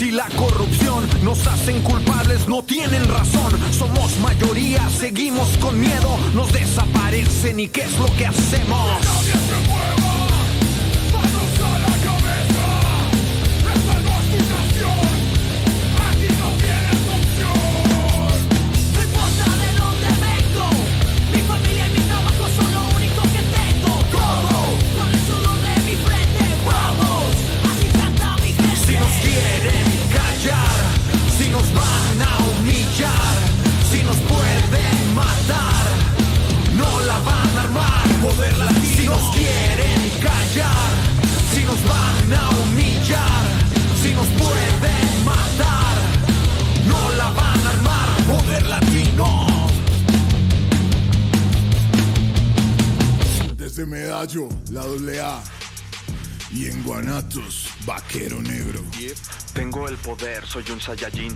y la corrupción nos hacen culpables, no tienen razón. Somos mayoría, seguimos con miedo, nos desaparecen y qué es lo que hacemos. No importa de dónde vengo, mi familia y mi trabajo son lo único que tengo. Con el sudor de mi frente, vamos, así canta mi Si nos gente. quieren callar, si nos van a humillar, si nos pueden matar, no la van a armar. Poder Si nos quieren callar, si nos van a humillar, si nos pueden matar, no la van a armar. Poder latino. Desde Medallo, la AA. Y en Guanatos, Vaquero Negro. Tengo el poder, soy un Saiyajin.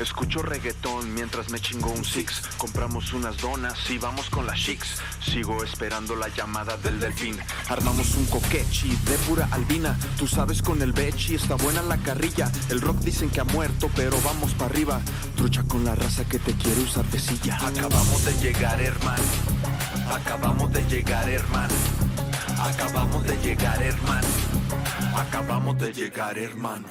Escucho reggaetón mientras me chingo un six. Compramos unas donas y vamos con las chicks. Sigo esperando la llamada del delfín. Armamos un coquechi de pura albina. Tú sabes con el bechi está buena la carrilla. El rock dicen que ha muerto, pero vamos para arriba. Trucha con la raza que te quiere usar de silla. Acabamos de llegar, hermano. Acabamos de llegar, hermano. Acabamos de llegar, hermano. Acabamos de llegar, hermano.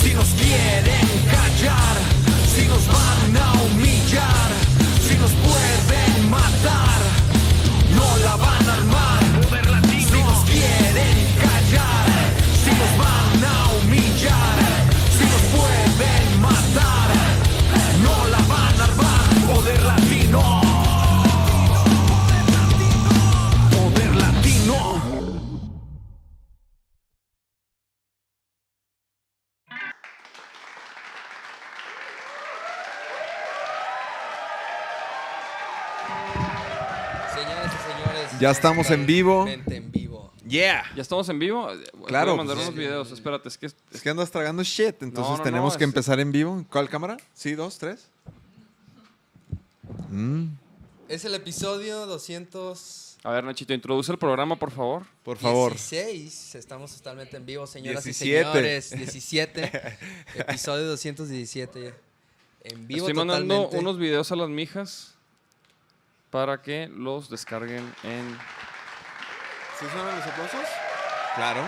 Si nos quieren callar, si nos van a humillar, si nos pueden matar, no la van a armar. Si nos quieren callar, si nos van a humillar, si nos pueden matar, no la van a armar. Poder latino. Poder latino. Señoras y señores. Ya estamos en vivo. totalmente en vivo. Yeah. ¿Ya estamos en vivo? Eh, Claro, Voy a mandar pues, unos videos. Espérate, es que. Es que andas tragando shit, entonces no, tenemos no, que es- empezar en vivo. ¿Cuál cámara? Sí, dos, tres. Es el episodio 200. A ver, Nachito, introduce el programa, por favor. Por favor. 16, estamos totalmente en vivo, señoras 17. y señores. 17. episodio 217. ya. En vivo Estoy totalmente. mandando unos videos a las mijas para que los descarguen en. ¿Sí suenan los aplausos? Claro.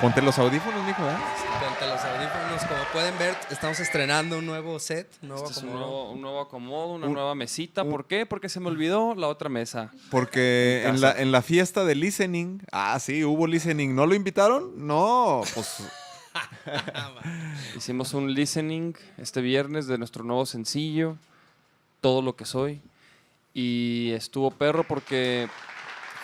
Ponte los audífonos, mijo, ¿eh? Frente a los audífonos, como pueden ver, estamos estrenando un nuevo set. Un nuevo Este es un acomodo. nuevo, un nuevo acomodo, una Un- nueva mesita. un- ¿Por qué? Porque se me olvidó la otra mesa. Porque En en la, casa. en la fiesta de listening. Ah, sí, hubo listening. ¿No lo invitaron? No, pues. Hicimos un listening este viernes de nuestro nuevo sencillo, Todo lo que soy. Y estuvo perro porque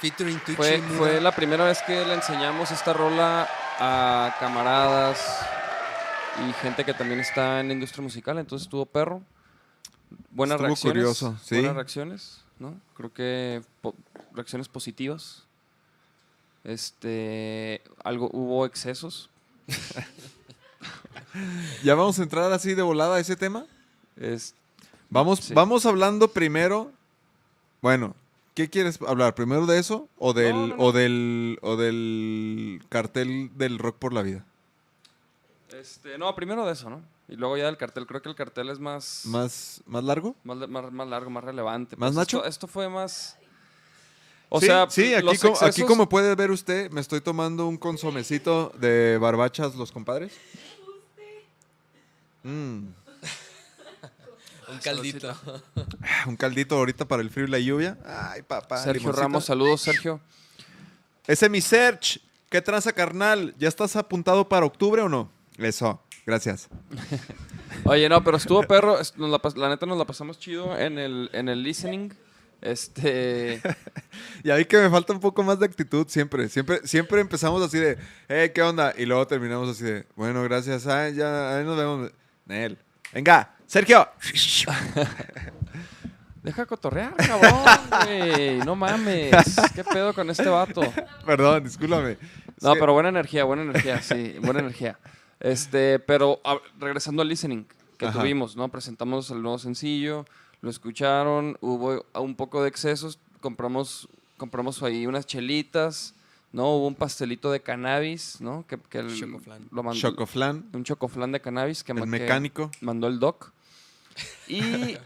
Featuring Twitch. Fue, fue la primera vez que le enseñamos esta rola a camaradas y gente que también está en la industria musical, entonces estuvo perro. Buenas Estuvo reacciones. curioso, sí. Buenas reacciones, ¿no? Creo que po- reacciones positivas. Este, algo hubo excesos. ¿Ya vamos a entrar así de volada a ese tema? Es- Vamos, Sí. vamos hablando primero. Bueno, ¿qué quieres hablar? ¿Primero de eso? ¿O del, no, no. O del, o del cartel del rock por la vida? este, no, primero de eso, ¿no? Y luego ya del cartel, creo que el cartel es más ¿Más, más largo? más, le- más- más largo, más relevante. ¿Más Pues esto- nacho? Esto, fue más O Sí, sea, sí, aquí, los co- aquí excesos- como puede ver usted, me estoy tomando un consomecito de barbachas, los compadres. Mm, Un caldito. un caldito ahorita para el frío y la lluvia. Ay, papá. Sergio limoncito. Ramos, saludos, Sergio. Ese mi search. ¿Qué tranza, carnal? ¿Ya estás apuntado para octubre o no? Eso, gracias. Oye, no, pero estuvo perro. es- nos la, pas- la neta nos la pasamos chido en el, en el listening. Este. Y ahí que me falta un poco más de actitud siempre. Siempre, siempre empezamos así de, eh, ¿qué onda? Y luego terminamos así de, bueno, gracias. Ay, ya, ahí nos vemos. Nel. Venga, Sergio. Deja cotorrear, cabrón, güey. No mames. ¿Qué pedo con este vato? Perdón, discúlpame. Es No, que- pero buena energía, buena energía, sí, buena energía. Este, pero a- regresando al listening que Ajá. tuvimos, ¿no? Presentamos el nuevo sencillo, lo escucharon, hubo un poco de excesos, compramos, compramos ahí unas chelitas, ¿no? Hubo un pastelito de cannabis, ¿no? Que, que el- Chocoflan. lo mandó- Chocoflan, un chocoflan de cannabis que, el ma- que mecánico. mandó el doc. Y,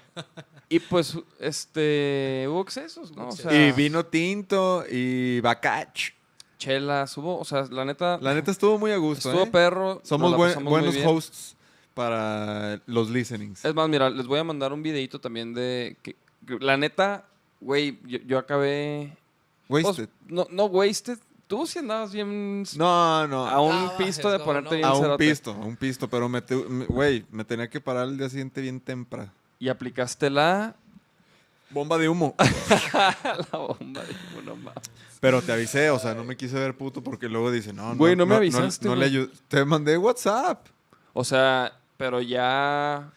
y pues este hubo excesos, ¿no? O sea, Y vino tinto y bacach. chelas, hubo, o sea, la neta, La neta estuvo muy a gusto. estuvo ¿eh? perro. nos Somos la buen- pasamos muy buenos bien. hosts para los listenings. Es más, mira, les voy a mandar un videito también de que, que la neta, güey, yo, yo acabé pues, Wasted. no, no wasted. Tú sí andabas bien s- No, no. a un Ah, va, pisto es de como ponerte no. bien A un cerote. pisto, a un pisto, pero me, tu- me- güey, me tenía que parar el día siguiente bien temprano. Y aplicaste la, Bomba de humo. la bomba. de humo, no mames. Pero te avisé, o sea, no me quise ver puto porque luego dice, no, no. Güey, no me avisaste, No, le güey. ayu- Te mandé WhatsApp. O sea, pero ya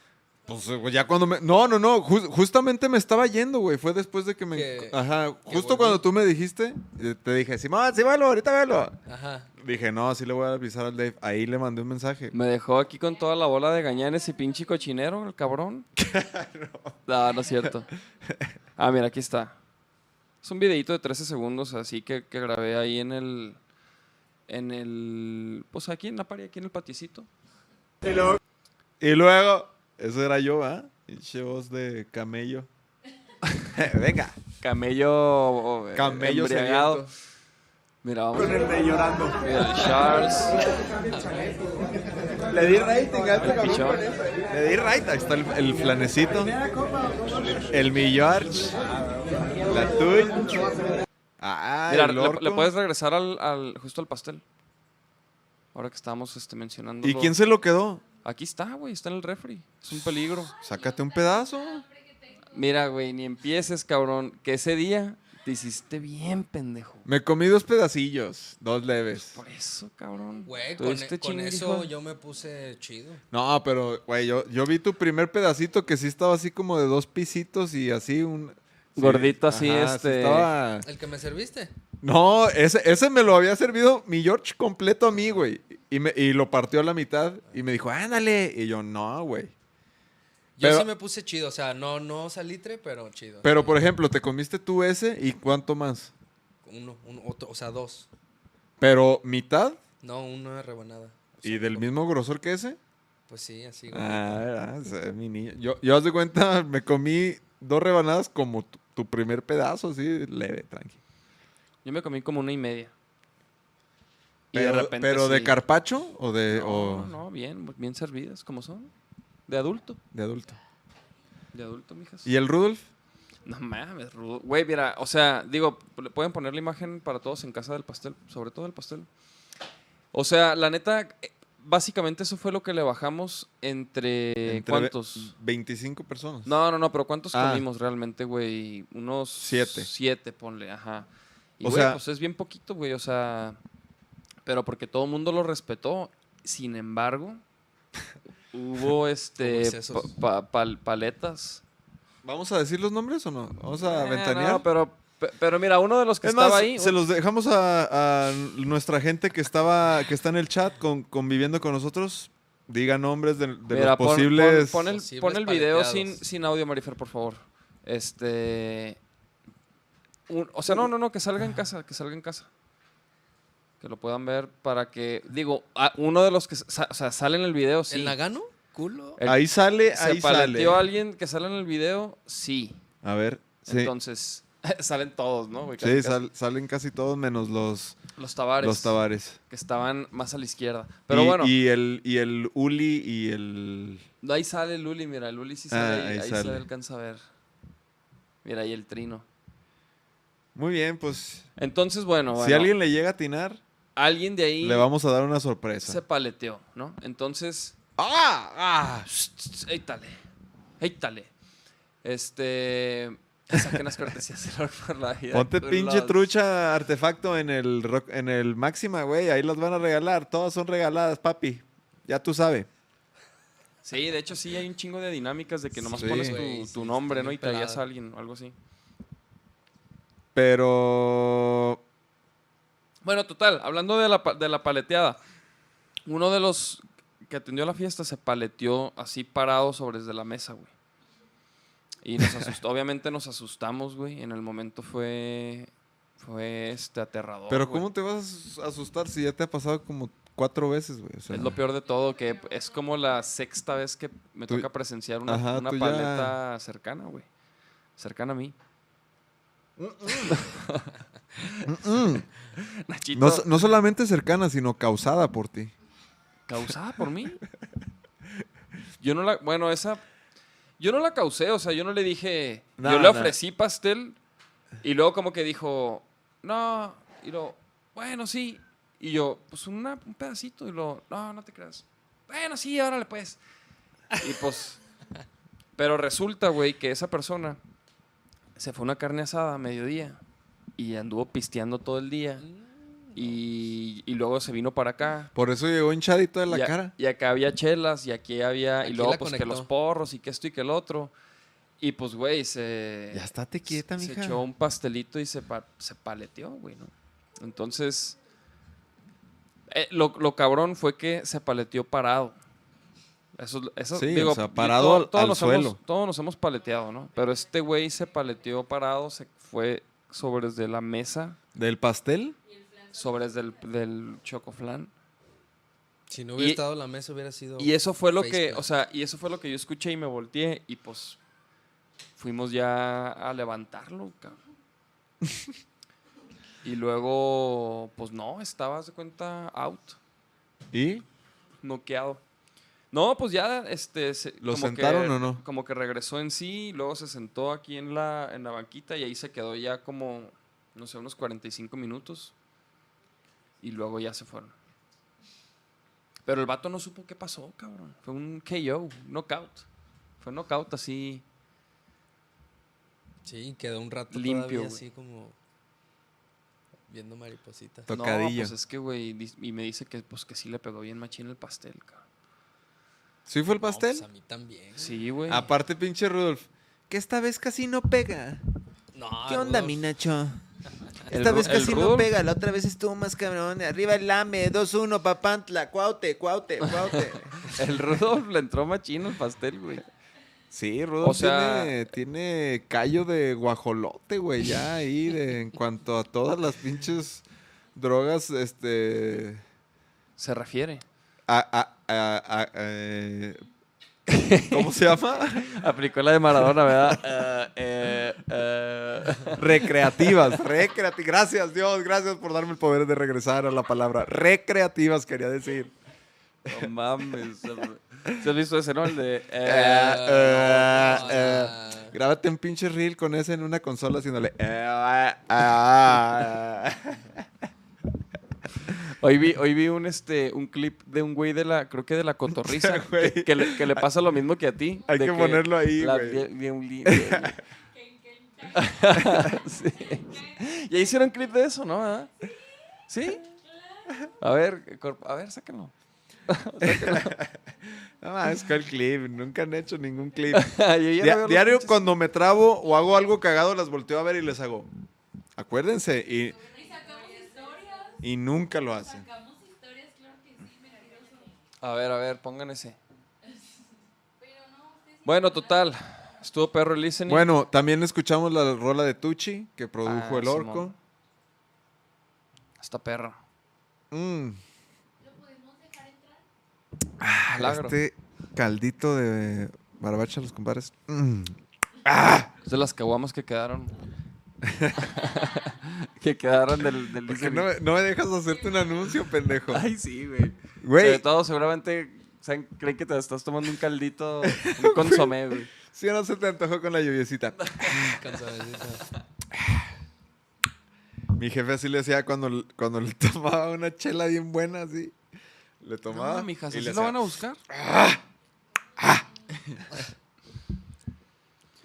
Pues eh, güey, ya cuando me. No, no, no. jus- justamente me estaba yendo, güey. Fue después de que me. Que- Ajá. Justo volví. cuando tú me dijiste, eh, te dije, Simón, sí, velo, ahorita velo. Ajá. Dije, no, sí le voy a avisar al Dave. Ahí le mandé un mensaje. me dejó aquí con toda la bola de gañanes y pinche cochinero, el cabrón. no, no es cierto. Ah, mira, aquí está. Es un videito de 13 segundos, así que, que grabé ahí en el. En el. Pues aquí en la pared, aquí en el patiecito. Y luego, eso era yo, ¿ah? Pinche voz de camello. Venga. Camello. o, eh, Camello embriagado. sediento. Mira, vamos. Mira, el Charles. Le di rating a este cabrón pichón. con eso. Le di rating. Ahí está el, el flanecito. El mi George. La tuya. Ah, Mira, el le, orco. le puedes regresar al, al- justo al pastel. Ahora que estábamos este, mencionando. ¿Y quién se lo quedó? Aquí está, güey, está en el refri. Es un peligro. Sácate un pedazo. Mira, güey, ni empieces, cabrón. Que ese día te hiciste bien, pendejo. Me comí dos pedacillos, dos leves. Por eso, cabrón. Güey, con, e-, con Tuviste este chingue, eso hijo. yo me puse chido. No, pero, güey, yo, yo vi tu primer pedacito que sí estaba así como de dos pisitos y así un... sí, Gordito así, ajá, sí este. estaba- ¿El que me serviste? No, ese, ese me lo había servido mi George completo a mí, güey. Y, me- y lo partió a la mitad y me dijo, ándale. Y yo, no, güey. Yo Pero- sí me puse chido, o sea, no, no salitre, pero chido. Pero, por ejemplo, te comiste tú ese y cuánto más. Uno, uno, otro, o sea, dos. Pero mitad No, una rebanada. O sea, y del con- mismo grosor que ese. Pues sí, así. güey. Ah, ah, o sea, mi niño. Yo, yo haz de cuenta, me comí dos rebanadas como tu, tu primer pedazo, así, leve, tranqui. Yo me comí como una y media. Y Pero, pero de sí. carpacho o de, o No, no, bien, bien servidas, como son. De adulto. de adulto. De adulto, mijas. ¿Y el Rudolf? No mames, rudo. Güey, mira, o sea, digo, le pueden poner la imagen para todos en casa del pastel, sobre todo el pastel. O sea, la neta, eh, básicamente eso fue lo que le bajamos entre. Entre Eh, ¿Cuántos? 25 personas. No, no, no, pero ¿cuántos Ah. comimos realmente, güey? Unos Siete. Siete, ponle, ajá. Y, O güey, sea- pues es bien poquito, güey, o sea. Pero porque todo el mundo lo respetó. Sin embargo, hubo este. excesos. pa- pa- pal- paletas. ¿Vamos a decir los nombres o no? Vamos a Eh, ventanear. no, pero, pe- pero mira, uno de los que Es estaba más, ahí. se un- los dejamos a, a nuestra gente que estaba, que está en el chat con- conviviendo con nosotros. Diga nombres de, de mira, los pon- pon- posibles. Pon, el, Posibles pon el video sin, paleteados. sin audio, Marifer, por favor. Este. un- o sea, no, no, no, que salga en casa, que salga en casa. Que lo puedan ver para que. Digo, a- uno de los que. sa- o sea, sale en el video, sí. ¿El Nagano? ¿Culo? el- ahí sale, ¿Se ahí sale. paleteó a alguien que sale en el video? Sí. A ver, sí. Entonces, salen todos, ¿no? güey? Casi, sí, casi. sal- salen casi todos menos los, Los tabares. los tabares. Que estaban más a la izquierda. Pero y, bueno. Y el, y el Uli y el. No, Ahí sale Luli, mira, Luli sí sale, Ah, ahí, ahí ahí se sale. le alcanza a ver. Mira, ahí el trino. Muy bien, pues. Entonces, bueno, Si bueno, alguien le llega a atinar, alguien de ahí le vamos a dar una se sorpresa. paleteó, ¿no? Entonces, ¡Ah! ¡Ah! éítale, éítale. Este, saquen las cortesías del Rock por la vida. Ponte culos. pinche trucha artefacto en el, rock- en el Máxima, güey. Ahí las van a regalar. Todas son regaladas, papi. Ya tú sabes. Sí, de hecho sí hay un chingo de dinámicas de que nomás Sí. pones Güey, tu, sí, tu está nombre, bien ¿no? Y te hallas pelada. a alguien o algo así. Pero. Bueno, total, hablando de la, pa- de la paleteada, uno de los que atendió la fiesta se paleteó así parado sobre desde la mesa, güey. Y nos asustó, obviamente nos asustamos, güey. En el momento fue, fue este, aterrador. Pero güey. ¿cómo te vas a asustar si ya te ha pasado como cuatro veces, güey? O sea, Es lo peor de todo, que es como la sexta vez que me Tú- toca presenciar una, Ajá, una tú ya- paleta cercana, güey. Cercana a mí. Nachito, Mm. No, so- no solamente cercana, sino causada por ti. ¿causada por mí? Yo no la... Bueno, esa... Yo no la causé, o sea, yo no le dije... No, yo le no. ofrecí pastel y luego como que dijo, no, y luego, bueno, sí. Y yo, pues una- un pedacito y luego, no, no te creas. Bueno, sí, órale pues. Y pues... Pero resulta, güey, que esa persona se fue a una carne asada a mediodía y anduvo pisteando todo el día. Y, y luego se vino para acá. Por eso llegó hinchadito de la y a- cara. Y acá había chelas y aquí había... Aquí y luego la pues que conectó. los porros y que esto y que el otro. Y pues, güey, se... Ya estate quieta, se mija. echó un pastelito y se, pa- se paleteó, güey, ¿no? Entonces... eh, lo, lo cabrón fue que se paleteó parado. Eso, eso- Sí, digo, o sea, yo- parado todo- al- todos al nos suelo. Hemos, todos nos hemos paleteado, ¿no? Pero este güey se paleteó parado, se fue sobre desde la mesa, ¿Del pastel? sobre desde el del chocoflan. Si no hubiera Y- estado la mesa, hubiera sido. Y eso fue lo face que, plant. o sea, y eso fue lo que yo escuché y me volteé y pues fuimos ya a levantarlo, cabrón. y luego, pues no, estaba, haz de cuenta, out, ¿Y? noqueado. No, pues ya, este... se- ¿Lo como sentaron que- o no? Como que regresó en sí, y luego se sentó aquí en la, en la banquita y ahí se quedó ya como, no sé, unos 45 minutos. Y luego ya se fueron. Pero el vato no supo qué pasó, cabrón. Fue un KO, knockout. Fue un knockout así. Sí, quedó un rato Limpio, limpio. güey. así como. Viendo maripositas. To- No, Tocadillo. pues es que, güey, dis- y me dice que, pues, que sí le pegó bien machín el pastel, cabrón. ¿Sí fue el No, pastel? pues a mí también. Sí, güey. Aparte, pinche Rudolf. Que esta vez casi no pega. No, ¿Qué onda, Rudolf, mi Nacho? Ah, El Esta Ru- vez el casi no Rudolf- pega, la otra vez estuvo más cabrón. Arriba el lame, 2-1, papantla, cuaute, cuaute, cuaute. El Rudolf le entró machín el pastel, güey. Sí, Rudolf O sea- tiene, tiene callo de guajolote, güey, ya ahí, de- en cuanto a todas las pinches drogas, este... Se refiere. a- a- a- a- eh, ¿Cómo se llama? Aplicó la de Maradona, ¿verdad? Eh, eh, eh. Recreativas, recreativas. Gracias, Dios, gracias por darme el poder de regresar a la palabra. Recreativas, quería decir. No mames. ¿Se has visto ese, no? El de... eh, Eh, eh, no, eh. no. Grábate un pinche reel con ese en una consola haciéndole. eh, ah, ah, ah. Hoy vi, hoy vi un, este, un clip de un güey de la... Creo que de la cotorriza. Güey. que, que le, que le pasa lo mismo que a ti. Hay de que ponerlo ahí, la- güey. de- de un li- de- Sí. Ya hicieron clip de eso, ¿no? ¿Ah? ¿Sí? A ver, cor- a ver, sáquenlo. No mames, ¿cuál clip? Nunca han hecho ningún clip. Yo ya no Dia- veo los diario pinches- cuando me trabo o hago algo cagado, las volteo a ver y les hago. Acuérdense. Y, y nunca lo hacen. Sacamos historias, claro que sí, mira, yo soy- A ver, a ver, pongan ese. Pero no, ustedes sí Bueno, total. Estuvo perro el listening. Bueno, también escuchamos la rola de Tucci que produjo Ah, el orco. Hasta perro. Mm, lo podemos dejar entrar. Milagro. este caldito de barbacha, los compadres. Mm. Es de las caguamas que quedaron. que quedaron del, del ¿Por qué listening. no, me- no me dejas hacerte un anuncio, pendejo? Ay, sí, güey. Sobre Güey, todo, seguramente saben- creen que te estás tomando un caldito, un consomé, güey. si no se te antojó con la lluviecita. Con saborcito. Mi jefe así le decía cuando, cuando le tomaba una chela bien buena, así. Le tomaba. No, mija, y ¿sí le lo hacía, van a buscar?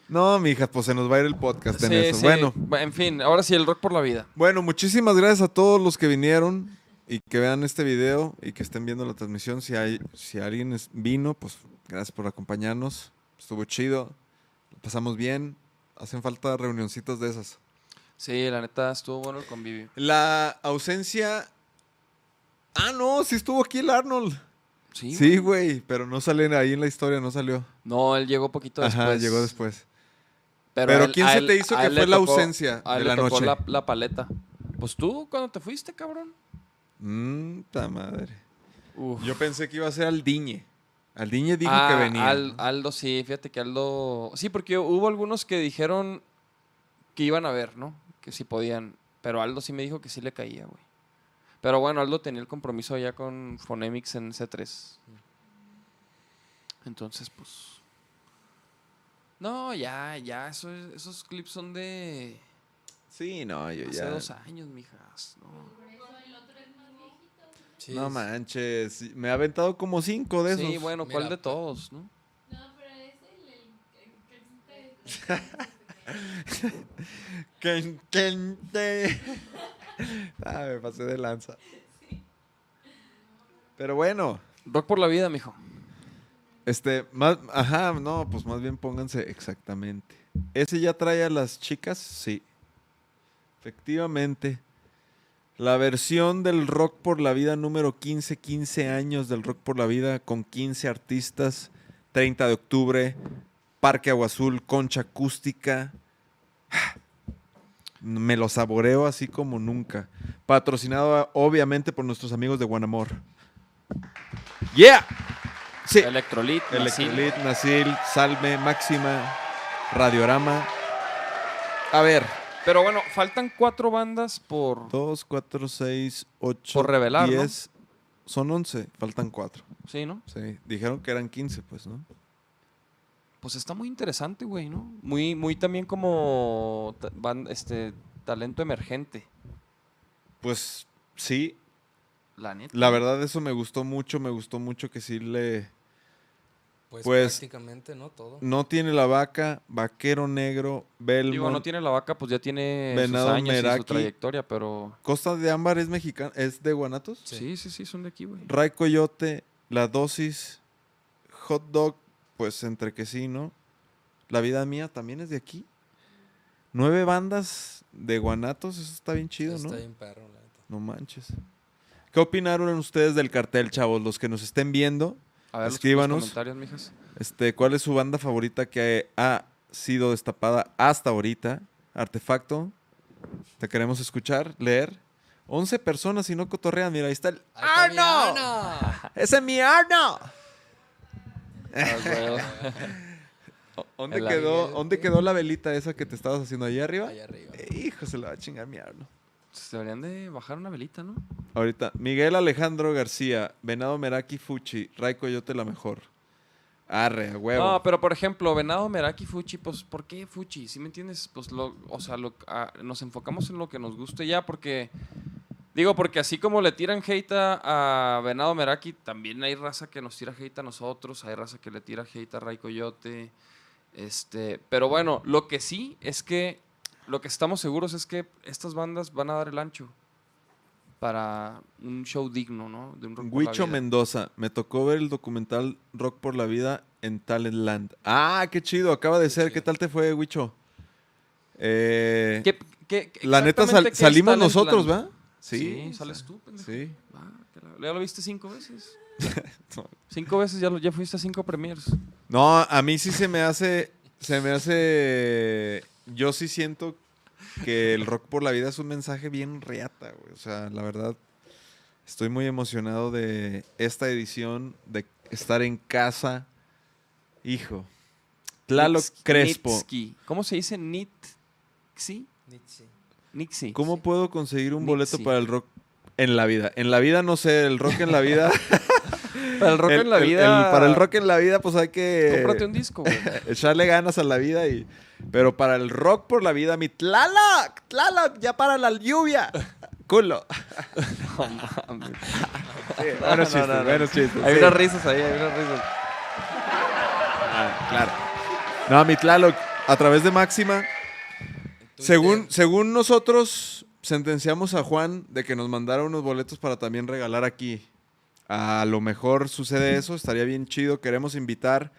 No, mija, pues se nos va a ir el podcast en eso. Bueno, En fin, ahora sí, el rock por la vida. bueno, muchísimas gracias a todos los que vinieron y que vean este video y que estén viendo la transmisión. Si, hay, si alguien es- vino, pues gracias por acompañarnos. Estuvo chido. lo Pasamos bien. Hacen falta reunioncitas de esas. Sí, la neta, estuvo bueno el convivio. La ausencia. Ah, no, sí estuvo aquí el Arnold. Sí, güey. Sí, güey, pero no sale ahí en la historia, no salió. No, él llegó poquito después. Ajá, llegó después. Pero a él- ¿quién a se él- te hizo a que él fue le la tocó- ausencia a él de le la tocó noche? La, la paleta. Pues tú, cuando te fuiste, cabrón. Mm, ta madre. Uf. Yo pensé que iba a ser Aldiñe. Aldiñe dijo Ah, que venía. Al- ¿no? Aldo, sí, fíjate que Aldo. Sí, porque hubo algunos que dijeron que iban a ver, ¿no? Que sí podían. Pero Aldo sí me dijo que sí le caía, güey. Pero bueno, Aldo tenía el compromiso ya con Phonemics en C3. Entonces, pues. No, ya, ya. eso es- esos clips son de. Sí, no, yo Hace ya. dos años, mijas. No. Sí, No es- manches, me ha aventado como cinco de esos. Sí, bueno, ¿cuál Mira, de todos, no? No, pero es el, el, el calcita de- Quen, quen, te. ah, me pasé de lanza. Pero bueno, Rock por la vida, mijo. este, más, ajá, no, pues más bien pónganse exactamente. ¿Ese ya trae a las chicas? Sí. Efectivamente. La versión del Rock por la Vida número 15, 15 años del Rock por la Vida con 15 artistas, 30 de octubre, Parque Agua Azul, Concha Acústica. Me lo saboreo así como nunca. Patrocinado ah, obviamente por nuestros amigos de Guanamor. ¡Yeah! Sí. Electrolit. Nacil. Electrolit, Nasil, Salme, Máxima, Radiorama. A ver, Pero bueno, faltan cuatro bandas por. 2, 4, 6, 8, Por revelar, ¿no? Son 11, faltan 4. Sí, ¿no? Sí, dijeron que eran 15, pues, ¿no? Pues está muy interesante, güey, ¿no? Muy, muy también como ta- ban- este talento emergente. Pues sí, La neta. la verdad eso me gustó mucho, me gustó mucho que sí le... Pues, pues- mm, prácticamente, ¿no? Todo. No tiene la vaca, vaquero negro, Belmont. Digo, no tiene la vaca, pues ya tiene Venado sus años y Meraki. su trayectoria, pero. Costa de Ámbar es mexicano, es de Guanatos. Sí. Sí, sí, sí, son de aquí, güey. Ray Coyote, La Dosis, Hot Dog, pues entre que sí, ¿no? La Vida Mía también es de aquí. Nueve bandas de guanatos, eso está bien chido, Está ¿no? bien perro, la neta. No manches. ¿Qué opinaron ustedes del cartel, chavos? Los que nos estén viendo, A ver, los- los Escríbanos. comentarios, mijas. este, ¿cuál es su banda favorita que ha sido destapada hasta ahorita? Artefacto, te queremos escuchar, leer. 11 personas y no cotorrean, mira, ahí está el... Ahí está mi Arno. ¡Ese es mi Arno! Ah, güey. O- ¿Dónde El quedó, ángel. ¿Dónde quedó la velita esa que te estabas haciendo ahí arriba? Allá arriba. Eh, Hijo, se la va a chingar mi Arno. Se deberían de bajar una velita, ¿no? Ahorita, Miguel Alejandro García, Venado Meraki Fuchi, Ray Coyote la mejor. Arre, a huevo. No, pero por ejemplo, Venado, Meraki, Fuchi, pues, ¿por qué Fuchi? ¿Sí me entiendes? Pues, lo, o sea, lo, a- nos enfocamos en lo que nos guste ya, porque. Digo, porque así como le tiran hate a, a Venado Meraki, también hay raza que nos tira hate a nosotros, hay raza que le tira hate a Ray Coyote. Este, pero bueno, lo que sí es que. Lo que estamos seguros es que estas bandas van a dar el ancho para un show digno, ¿no? De un rock por la Huicho vida. Mendoza, me tocó ver el documental Rock por la Vida en Talentland. Ah, qué chido, acaba de ser. ¿Qué tal te fue, Huicho? Eh, ¿Qué- qué- qué- la neta, sal- exactamente qué es salimos Talentland? nosotros, ¿verdad? Sí, Sí, sales sa- tú, pendejo. Sí. Ah, que la- ya lo viste cinco veces. No. Cinco veces ya, lo, ya fuiste a cinco premiers. No, a mí sí se me hace. Se me hace. Yo sí siento que el rock por la vida es un mensaje bien reata, güey. O sea, la verdad, estoy muy emocionado de esta edición, de estar en casa. Hijo. Tlaloc Nits- Crespo. Nitsky. ¿Cómo se dice? Nitxi. Nietzsche. Nixi. ¿Cómo puedo conseguir un boleto Nitsi. para el rock en la vida? En la vida no sé, el rock en la vida. Para el rock el- en la el- el- vida. para el rock en la vida, pues hay que. Cómprate un disco, güey. echarle ganas a la vida y pero para el rock por la vida mi Tlaloc Tlaloc ya para la lluvia culo No mames. Sí, buenos no, chistes no, no. buenos chistes Hay sí. unas risas ahí, hay unas risas. Ah, claro no mi Tlaloc a través de Máxima según según nosotros sentenciamos a Juan de que nos mandara unos boletos para también regalar aquí a lo mejor sucede eso estaría bien chido queremos invitar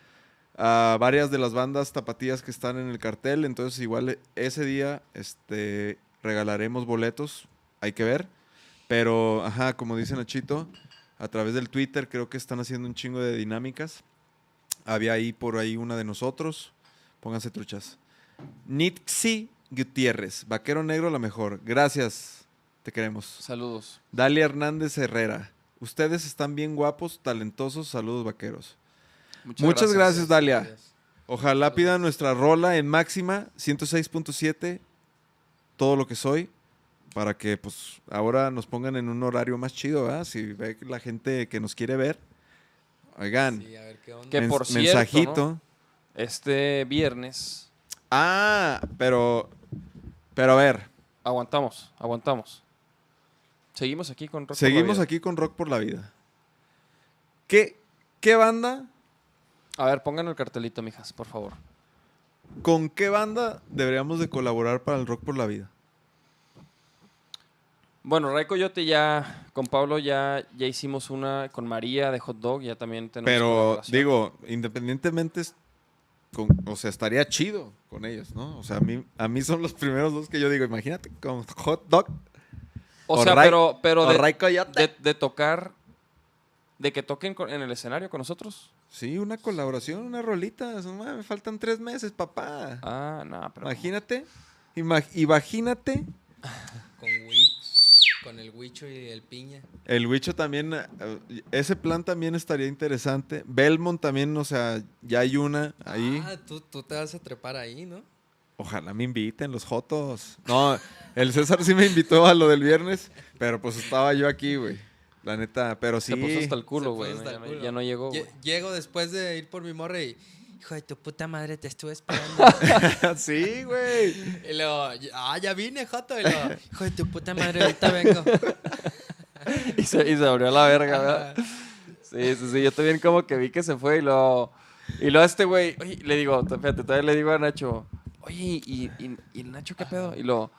a varias de las bandas tapatías que están en el cartel. Entonces, igual e- ese día este, regalaremos boletos. Hay que ver. Pero, ajá, como dice Nachito, a través del Twitter creo que están haciendo un chingo de dinámicas. Había ahí por ahí una de nosotros. Pónganse truchas. Nitxi Gutiérrez, Vaquero Negro la mejor. Gracias, te queremos. Saludos. Dalia Hernández Herrera, ustedes están bien guapos, talentosos, saludos vaqueros. Muchas gracias, Dalia. Ojalá pidan nuestra rola en máxima 106.7, todo lo que soy, para que pues ahora nos pongan en un horario más chido, ¿verdad? Si ve la gente que nos quiere ver, oigan, Sí, a ver qué onda. Que mens- por cierto, mensajito. ¿no? Este viernes Ah, pero, pero a ver, aguantamos, aguantamos. Seguimos aquí con Rock por la seguimos Vida. aquí con Rock por la Vida. ¿Qué, qué banda, A ver, pongan el cartelito, mijas, por favor. con qué banda deberíamos de colaborar para el Rock por la Vida? Bueno, Ray Coyote ya, con Pablo ya, ya hicimos una, con María de Hot Dog, ya también tenemos Pero colaboración. digo, independientemente, es- con- o sea, estaría chido con ellos, ¿no? O sea, a mí, a mí son los primeros dos que yo digo, imagínate, con hot dog. O sea, Ray- pero, pero o de, Ray Coyote. de- de tocar, de que toquen con- en el escenario con nosotros. Sí, una colaboración, una rolita. eso, ma, Me faltan tres meses, papá. Ah, no, pero... imagínate, ima- imagínate. Con Wich, con el Huicho y el Piña. El Huicho también, eh, ese plan también estaría interesante. Belmont también, o sea, ya hay una ahí. Ah, tú, tú te vas a trepar ahí, ¿no? Ojalá me inviten los Jotos. No, el César sí me invitó a lo del viernes, pero pues estaba yo aquí, güey. La neta, pero sí. Se puso hasta el Se culo, puso güey. hasta Ya, el no- culo. ya no llegó, Lle- güey. Llego después de ir por mi morra y... Hijo de tu puta madre, te estuve esperando. sí, güey. Y luego, ah, ya vine, Joto. Y luego, hijo de tu puta madre, ahorita vengo. Y se, y se abrió la verga, Ajá. ¿verdad? Sí, sí, sí. Yo también como que vi que se fue y luego... Y luego este güey... oye, Le digo, fíjate, todavía le digo a Nacho... Oye, ¿y, y, y el Nacho qué pedo? Y luego...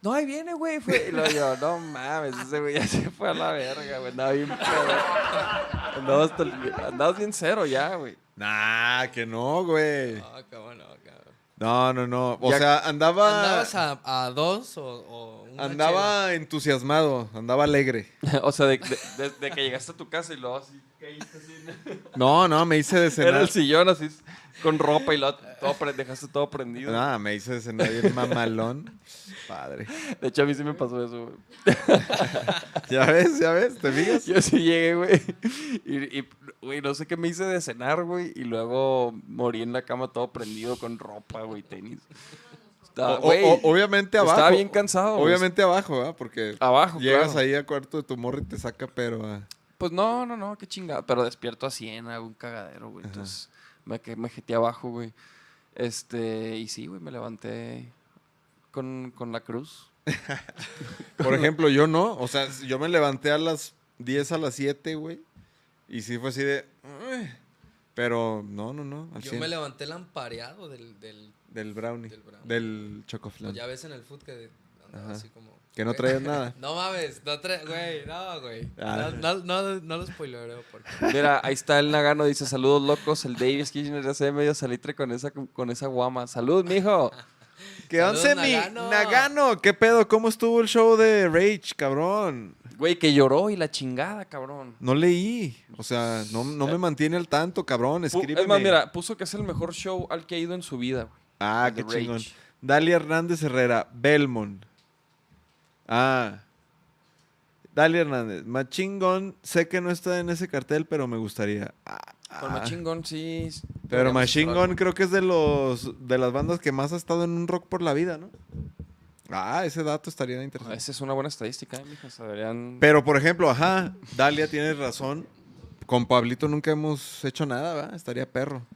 No, ahí viene, güey. Fue. Y luego yo, no mames, ese güey ya se fue a la verga, güey. Andaba bien pedo. Andaba hasta el- andabas bien cero ya, güey. Nah, que no, güey. No, cómo no, cabrón. No, no, no. O Ya- sea, andaba. ¿Andabas a, a dos o, o una chela? Andaba entusiasmado, andaba alegre. O sea, de, de- de- de que llegaste a tu casa y luego así... caíste así. No, no, me hice de Era cenar. el sillón así, con ropa y lo todo, pre- dejaste todo prendido. No, me hice de cenar bien mamalón. Padre. De hecho, a mí sí me pasó eso, güey. Ya ves, ya ves, te fijas. Yo sí llegué, güey. Y, y, güey, no sé qué me hice de cenar, güey. Y luego morí en la cama todo prendido con ropa, güey, tenis. Estaba, O- o- Ah, güey, o- obviamente abajo. Estaba bien cansado, güey. Obviamente abajo, ¿verdad? Porque Abajo, llegas claro. ahí al cuarto de tu morra y te saca, pero. ah, Pues no, no, no, qué chingada. Pero despierto a 100, hago un cagadero, güey. Entonces me, que- me jeté abajo, güey. Este, y sí, güey, me levanté con, con la cruz. Por ejemplo, yo no. O sea, yo me levanté a las 10 a las 7, güey. Y sí fue así de. "Ay", Pero no, no, no. Al Yo 100. me levanté lampareado del... del Del brownie. Del brownie. Del pues chocoflan. ya ves en el food que andaba Ajá. así como... Que no güey. traías nada. No mames, no traes... Güey, no, güey. Ah. No, no, no, no lo spoilereo porque... Mira, ahí está el Nagano, dice saludos locos. El Davis Kirchner ya se ve medio salitre con esa, con esa guama. Salud, mijo. ¿Qué Saludos, once mi Nagano. Nagano? ¿Qué pedo? ¿Cómo estuvo el show de Rage, cabrón? Güey, que lloró y la chingada, cabrón. No leí. O sea, no, no me mantiene al tanto, cabrón. Pu- Escríbeme. Es más, mira, puso que es el mejor show al que ha ido en su vida, güey. Ah, The qué Rage. chingón. Dalia Hernández Herrera, Belmont. Ah. Dalia Hernández, Machingón, sé que no está en ese cartel, pero me gustaría. Ah, Con ah. Machingón sí. s- Pero deberíamos Machine traerlo. Gun creo que es de los de las bandas que más ha estado en un rock por la vida, ¿no? Ah, ese dato estaría Ah, interesante. Esa es una buena estadística, eh, mijo. Se deberían. Pero por ejemplo, ajá, Dalia tiene razón. Con Pablito nunca hemos hecho nada, ¿verdad? Estaría perro.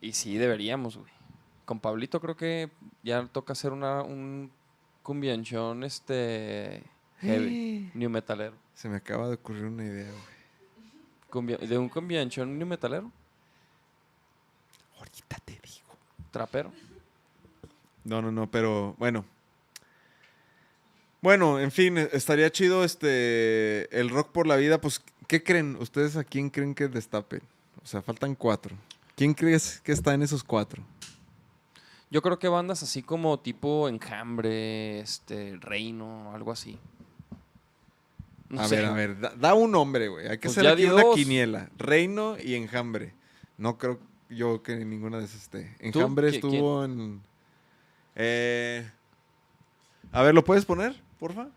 Y sí, deberíamos, güey. Con Pablito creo que ya toca hacer una, un cumbianchón este. Heavy. new metalero. Se me acaba de ocurrir una idea, güey. Cumbia- de un cumbianchón new metalero. Ahorita te digo. Trapero. No, no, no, pero bueno. Bueno, en fin, e- estaría chido este el rock por la vida, pues ¿qué creen? ¿Ustedes a quién creen que destapen? O sea, faltan cuatro. ¿Quién crees que está en esos cuatro? Yo creo que bandas así como tipo Enjambre, este, Reino, algo así. No a sé, ver, a güey. ver, da, da un nombre, güey. Hay que Pues hacer ya aquí di una dos. quiniela. Reino y Enjambre. No creo yo que ninguna de esas esté. ¿Tú? Enjambre ¿Qui- estuvo en Eh, a ver, ¿lo puedes poner, porfa?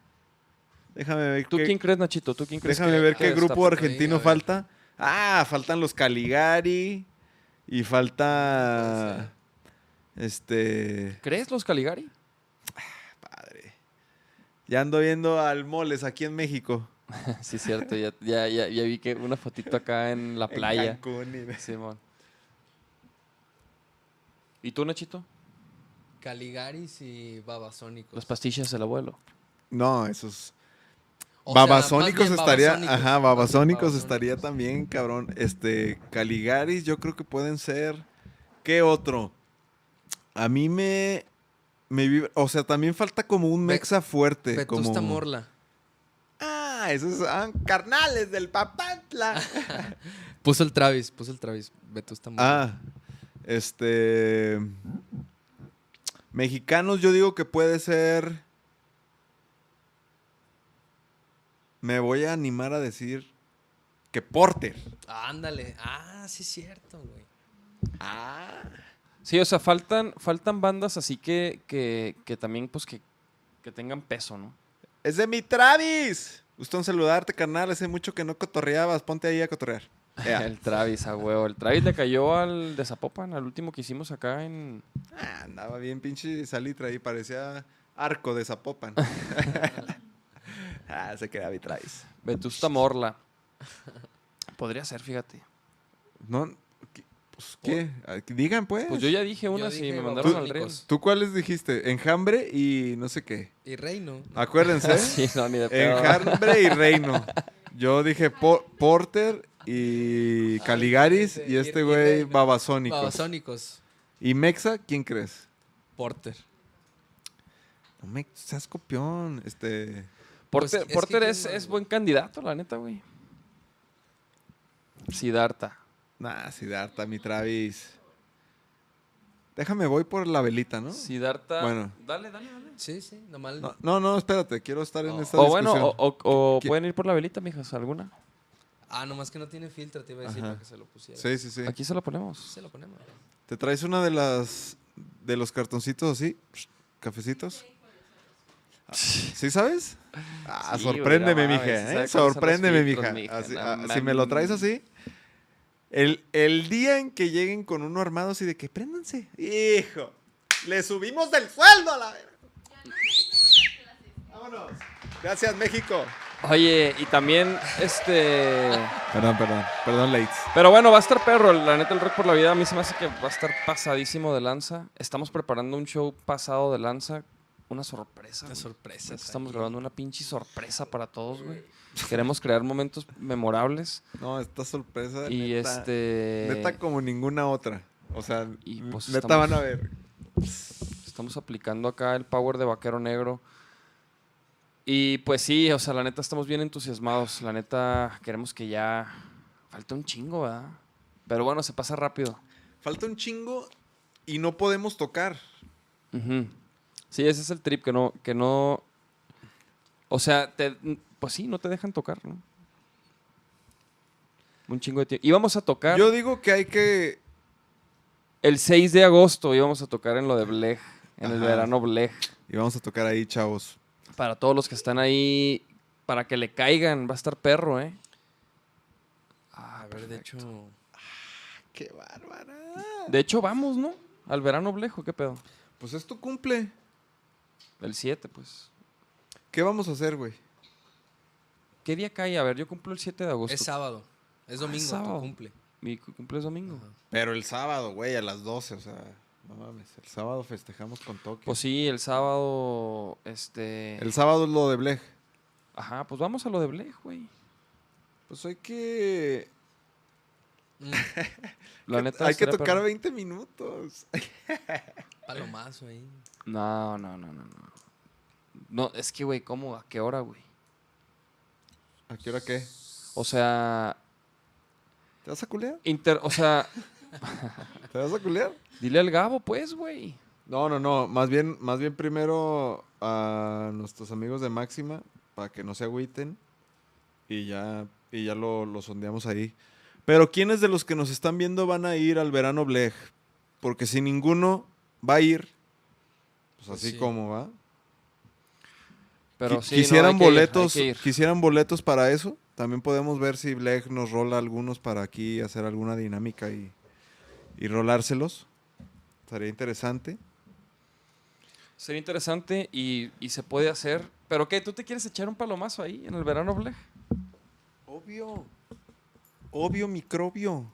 Déjame ver. ¿Tú qué- quién crees, Nachito? ¿Tú quién crees? Déjame ver qué grupo por ahí, a argentino ver. falta. Ah, faltan los Caligari. Y falta. Este. ¿Crees los Caligari? Padre. Ya ando viendo al Moles aquí en México. sí, cierto. Ya, ya, ya, ya vi que una fotito acá en la En playa. Cancún y- Simón. ¿Y tú, Nachito? Caligaris y Babasónicos. Las pastillas del abuelo. No, esos. O sea, babasónicos más bien estaría. Babasónicos. Ajá, babasónicos Babasónicos. estaría también, cabrón. Este. Caligaris, yo creo que pueden ser. ¿Qué otro? A mí me. me vibra- o sea, también falta como un Ve- mexa fuerte. Vetusta como... Morla. Ah, esos son carnales del Papantla. Puso el Travis, puso el Travis. Vetusta Morla. ah, este. Mexicanos, yo digo que puede ser. Me voy a animar a decir que Porter. Ándale. Ah, sí es cierto, güey. Sí, o sea, faltan, faltan bandas así que, que, que también, pues, que, que tengan peso, ¿no? Es de mi Travis. Gusto en saludarte, carnal. Hace mucho que no cotorreabas. Ponte ahí a cotorrear. Ea. El Travis, a huevo. El Travis le cayó al de Zapopan, al último que hicimos acá en... Ah, andaba bien pinche salitra ahí. Parecía arco de Zapopan. ah, se queda mi Travis. Vetusta Morla. Podría ser, fíjate. No, ¿qué? pues, ¿qué? Ah, Digan, pues. Pues yo ya dije una Yo sí, dije me mandaron al reel. Babasónicos. ¿Tú cuáles dijiste? Enjambre y no sé qué. Y Reino. Acuérdense. Sí, no, ni de pedo. Enjambre y Reino. Yo dije Po- Porter y Caligaris este, y y- este y güey Reino. Babasónicos. Babasónicos. ¿Y Mexa? ¿Quién crees? Porter. No me seas copión. Este. Porter, Pues, es que Porter quién es, más, es güey. buen candidato, la neta, güey. Sidarta. Nah, Sidarta, mi Travis. Déjame, voy por la velita, ¿no? Sidarta. Bueno. Dale, dale, dale. Sí, sí, nomás. No, no, no, espérate, quiero estar en esta Oh. O bueno, discusión. o, o- o ¿Qui- pueden ir por la velita, mijas, alguna. Ah, nomás que no tiene filtro, te iba a decir Ajá. para que se lo pusiera. Sí, sí, sí. Aquí se la ponemos. Se lo ponemos. ¿Te traes una de las de los cartoncitos así? ¿Cafecitos? Ah, ¿Sí sabes? Ah, Sí, güey, sorpréndeme, no mames, mija. sí ¿eh? sabe cuáles son los Sorpréndeme, filtros, mija. mija, Así, no ah, si me lo traes mames. así. El, el día en que lleguen con uno armado así de que préndanse. Hijo, le subimos del sueldo a la verga. Vámonos. Gracias, México. Oye, y también, este. Perdón, perdón. Perdón, Leitz. Pero bueno, va a estar perro. La neta, el rock por la vida a mí se me hace que va a estar pasadísimo de lanza. Estamos preparando un show pasado de lanza. Una sorpresa. Una güey. sorpresa. Neta, está Estamos aquí. grabando una pinche sorpresa para todos, güey. Queremos crear momentos memorables. No, esta sorpresa. y neta, este. Neta como ninguna otra. O sea, Y, n- pues, neta estamos- van a ver. Estamos aplicando acá el power de vaquero negro. Y pues sí, o sea, la neta estamos bien entusiasmados. La neta queremos que ya. Falta un chingo, ¿verdad? Pero bueno, se pasa rápido. Falta un chingo y no podemos tocar. Ujú. Sí, ese es el trip que no. Que no o sea, te- pues sí, no te dejan tocar, ¿no? Un chingo de tiempo. Íbamos a tocar Yo digo que hay que. el 6 de agosto, íbamos a tocar en lo de Blech, en el Ajá. verano Blech. Y vamos a tocar ahí, chavos. Para todos los que están ahí, para que le caigan, va a estar perro, ¿eh? Ah, a ver, de hecho. ¡Qué bárbara! De hecho, vamos, ¿no? Al verano blejo, ¿qué pedo? Pues es tu cumple. El 7, pues. ¿Qué vamos a hacer, güey? ¿Qué día cae? A ver, yo cumplo el 7 de agosto. Es sábado. Ah, Es domingo, tu sábado. cumple. Mi cu- cumple es domingo. Pero el sábado, güey, a las 12. O sea, no mames. El sábado festejamos con Tokio. Pues sí, el sábado, este... el sábado es lo de Blech. Ajá, pues vamos a lo de blejo, güey. Pues hay que. La neta... hay que estaría tocar perro. 20 minutos. Palomazo ahí. No, no, no, no, no. No, es que, güey, ¿cómo? ¿A qué hora, güey? ¿A qué hora qué? O sea... ¿Te vas a culear? Inter... O sea, ¿Te vas a culear? dile al Gabo, pues, güey. No, no, no. Más bien, más bien primero a nuestros amigos de Máxima para que no se agüiten y ya, y ya lo, lo sondeamos ahí. Pero ¿quiénes de los que nos están viendo van a ir al verano Bleg? Porque si ninguno va a ir, Pues así sí. como va. Pero Qui- sí, no, quisieran hay que ir, boletos, hay que ir. quisieran boletos para eso. También podemos ver si Bleg nos rola algunos para aquí hacer alguna dinámica y, y rolárselos. Estaría interesante. Sería interesante y, y se puede hacer. ¿Pero qué? ¿Tú te quieres echar un palomazo ahí en el verano, Bleg? Obvio. Obvio microbio.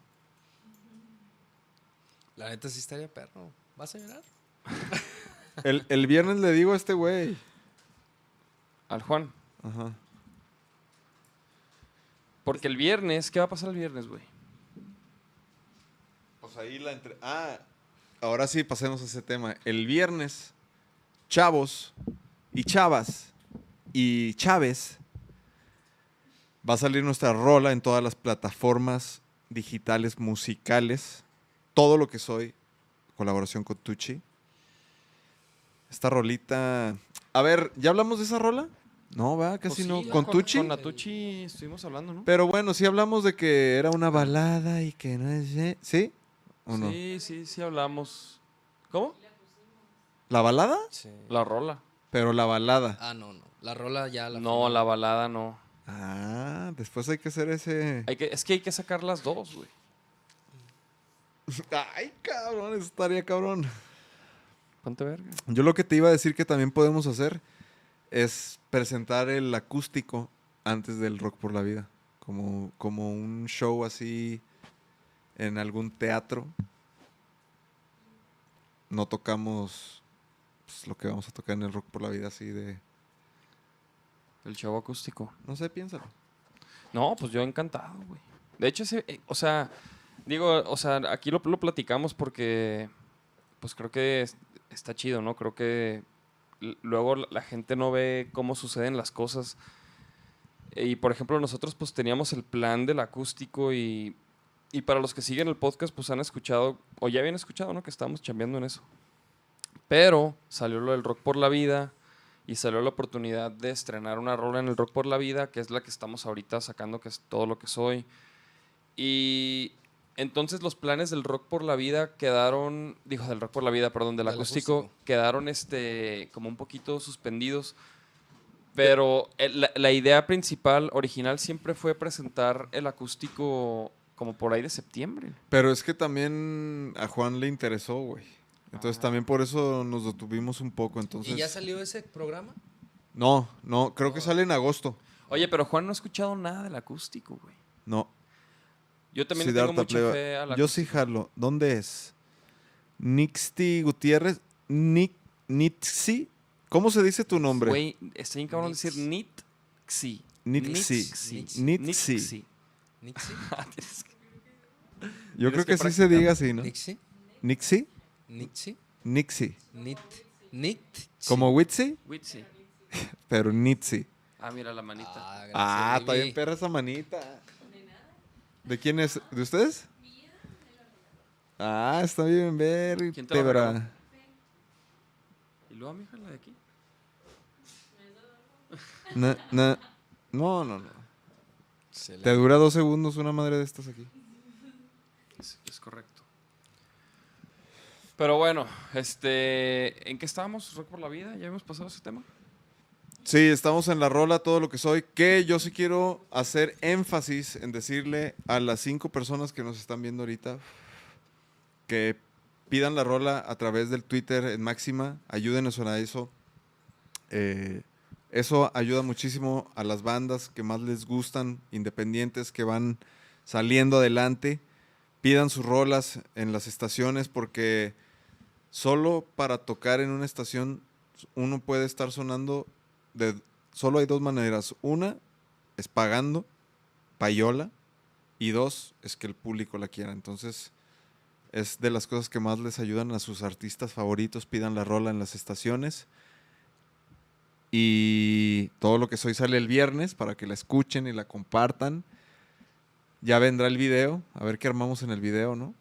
La neta sí estaría perro. ¿Vas a llorar? El, el viernes le digo a este güey. Al Juan. Ajá. Porque el viernes, ¿qué va a pasar el viernes, güey? Pues ahí la entre... Ah, ahora sí, pasemos a ese tema. El viernes, chavos y chavas y Chávez va a salir nuestra rola en todas las plataformas digitales musicales. Todo lo que soy, colaboración con Tucci. Esta rolita... A ver, ¿ya hablamos de esa rola? No, va, casi Pues no. sí, ¿Con, Tucci? Con la Tucci estuvimos hablando, ¿no? Pero bueno, sí hablamos de que era una balada y que no es... ¿Sí? ¿O no? Sí, sí, sí hablamos. ¿Cómo? ¿La balada? Sí. La rola. Pero la balada. Ah, no, no. La rola ya la. No, la balada no. Ah, después hay que hacer ese. Hay que, es que hay que sacar las dos, güey. Ay, cabrón, eso estaría cabrón. Ponte verga. Yo lo que te iba a decir que también podemos hacer es presentar el acústico antes del Rock por la Vida. Como, como un show así en algún teatro. No tocamos pues, lo que vamos a tocar en el Rock por la Vida así de... El show acústico. No sé, piénsalo. No, pues yo encantado, güey. De hecho, ese, eh, o sea, digo, o sea, aquí lo, lo platicamos porque, pues creo que es- está chido, ¿no? Creo que l- luego la- la gente no ve cómo suceden las cosas. Eh, Y, por ejemplo, nosotros pues teníamos el plan del acústico y, y para los que siguen el podcast, pues han escuchado, o ya habían escuchado, ¿no? Que estábamos chambeando en eso. Pero salió lo del Rock por la Vida y salió la oportunidad de estrenar una rola en el Rock por la Vida, que es la que estamos ahorita sacando, que es todo lo que soy. Y entonces los planes del Rock por la Vida quedaron, dijo del Rock por la Vida, perdón, del, Del acústico, acústico. quedaron este, como un poquito suspendidos. Pero el- la, la idea principal, original, siempre fue presentar el acústico como por ahí de septiembre. Pero es que también a Juan le interesó, güey. Entonces Ah. también por eso nos detuvimos un poco. Entonces, ¿Y ya salió ese programa? No, no, creo que sale en agosto. Oye, pero Juan no ha escuchado nada del acústico, güey. No. Yo también le tengo Siddhartha mucha Pleva. fe al Yo acústico. sí jalo. ¿Dónde es? Nixti Gutiérrez. Nick, Nitsi. ¿Cómo se dice tu nombre? Güey, está bien cabrón decir Nix. Nitxi. Nitxi. Nitxi. ¿Nixie? Ah, Yo Tienes creo que que, sí se practicar. diga así, ¿no? ¿Nixie? Nixi. ¿Nixie? Nixi. Nit. Nit. Como Witsi, Witsi. pero Nitsi. Ah, mira la manita. Ah, gracias, Ah, está baby. bien perra esa manita. ¿De quién es? ¿De ustedes? Ah, está bien ver. ¿Quién te la tebra. regaló? Y luego, mija, la de aquí. Na- na- No, no, no. Excelente. Te dura dos segundos una madre de estas aquí. Es, es correcto. Pero bueno, este, ¿en qué estábamos? Rock por la vida, ya hemos pasado ese tema. Sí, estamos en la rola todo lo que soy, que yo sí quiero hacer énfasis en decirle a las cinco personas que nos están viendo ahorita que pidan la rola a través del Twitter en máxima, ayúdenos a eso. Eh, eso ayuda muchísimo a las bandas que más les gustan, independientes, que van saliendo adelante. Pidan sus rolas en las estaciones porque solo para tocar en una estación uno puede estar sonando de solo hay dos maneras. Una es pagando, payola, y dos es que el público la quiera. Entonces, es de las cosas que más les ayudan a sus artistas favoritos, pidan la rola en las estaciones. Y todo lo que soy sale el viernes para que la escuchen y la compartan. Ya vendrá el video, a ver qué armamos en el video, ¿no?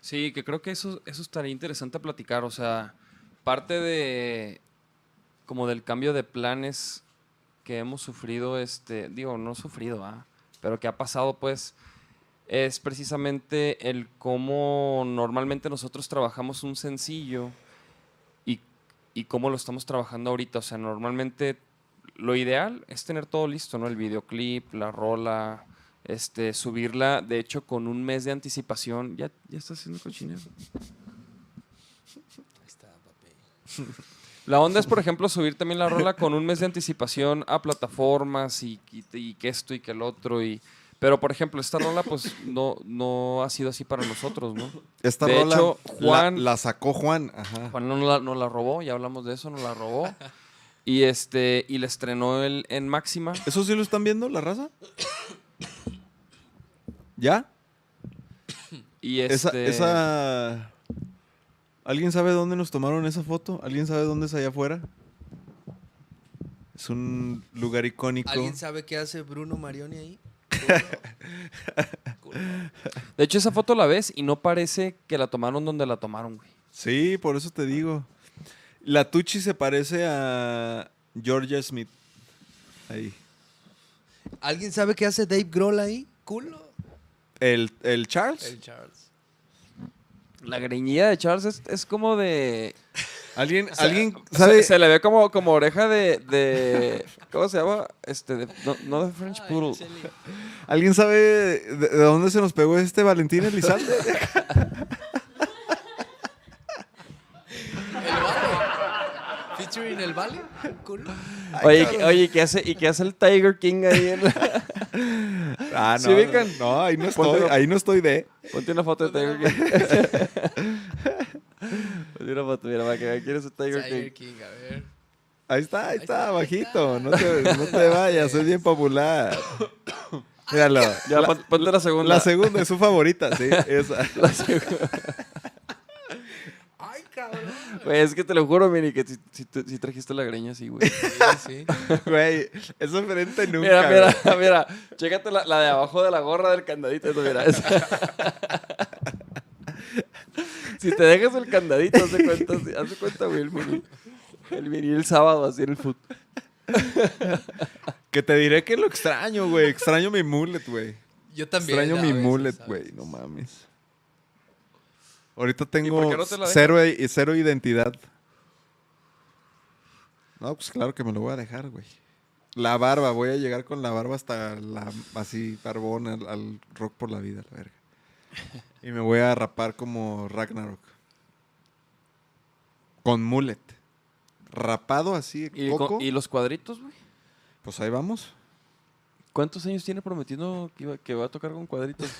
Sí, que creo que eso, eso estaría interesante platicar. O sea, parte de como del cambio de planes que hemos sufrido, este, digo, no sufrido, ah, pero que ha pasado, pues, es precisamente el cómo normalmente nosotros trabajamos un sencillo y, y y cómo lo estamos trabajando ahorita. O sea, normalmente lo ideal es tener todo listo, ¿no? El videoclip, la rola, este, subirla, de hecho, con un mes de anticipación. Ya, ya está haciendo cochinero. Ahí está, papi. La onda es, por ejemplo, subir también la rola con un mes de anticipación a plataformas y, y- y que esto y que el otro. Y, pero, por ejemplo, esta rola pues no, no ha sido así para nosotros, ¿no? Esta De rola hecho, la- Juan- la, sacó Juan. Ajá. Juan no la, no la robó, ya hablamos de eso, no la robó. Y, este, y la estrenó él en Máxima. ¿Eso sí lo están viendo, la raza? ¿Ya? Y Esa, este, esa- ¿Alguien sabe dónde nos tomaron esa foto? ¿Alguien sabe dónde es allá afuera? Es un lugar icónico. ¿Alguien sabe qué hace Bruno Marioni ahí? De hecho, esa foto la ves y no parece que la tomaron donde la tomaron, güey. Sí, por eso te digo. La Tucci se parece a Georgia Smith. Ahí. ¿Alguien sabe qué hace Dave Grohl ahí? Culo. El, el Charles. El Charles. La greñida de Charles es, es como de... ¿Alguien, alguien Se, sabe? se le ve como, como oreja de, de- ¿Cómo se llama? Este, de- no, no de French Poodle. ¿Alguien sabe de, de dónde se nos pegó este Valentín Elizalde? ¿El Vale? ¿Featuring el Vale? Culo. Oye, ¿qué- oye, ¿y ¿qué hace, ¿y qué hace el Tiger King ahí? en la- ah, ¿Se ubican? No, ahí no Ponte estoy. la- Ahí no estoy de. Ponte una foto de Tiger King. Ponte una foto, mira, para que vean quién es el Tiger, Tiger King. King, a ver. Ahí está, ahí está, está, ahí bajito. No te, no te vayas, es bien popular. Míralo. Ya, la, pon- ponte la segunda. la segunda es su favorita, sí. Esa. Ay, cabrón. Güey, es que te lo juro, Mini, que si, si tú- si trajiste la greña así, güey. Sí, sí. Güey, esa frente nunca. Mira, güey. mira, mira. Chécate la, la de abajo de la gorra del candadito. eso, mira, esa. si te dejas el candadito, hace cuenta, sí, hace cuenta, güey, el Mini. El Mini el sábado, así en el fútbol. Que te diré que lo extraño, güey. Extraño mi mullet, güey. Yo también. Extraño a mi veces, mullet, a güey. veces. No mames. Ahorita por tengo qué no te la dejas? cero, i- cero identidad. No, pues claro que me lo voy a dejar, güey. La barba, voy a llegar con la barba hasta la así barbón al, al rock por la vida, la verga. Y me voy a rapar como Ragnarok. Con mullet. Rapado así, ¿Y, coco. con- y los cuadritos, güey? Pues ahí vamos. ¿Cuántos años tiene prometiendo que, iba- que va a tocar con cuadritos?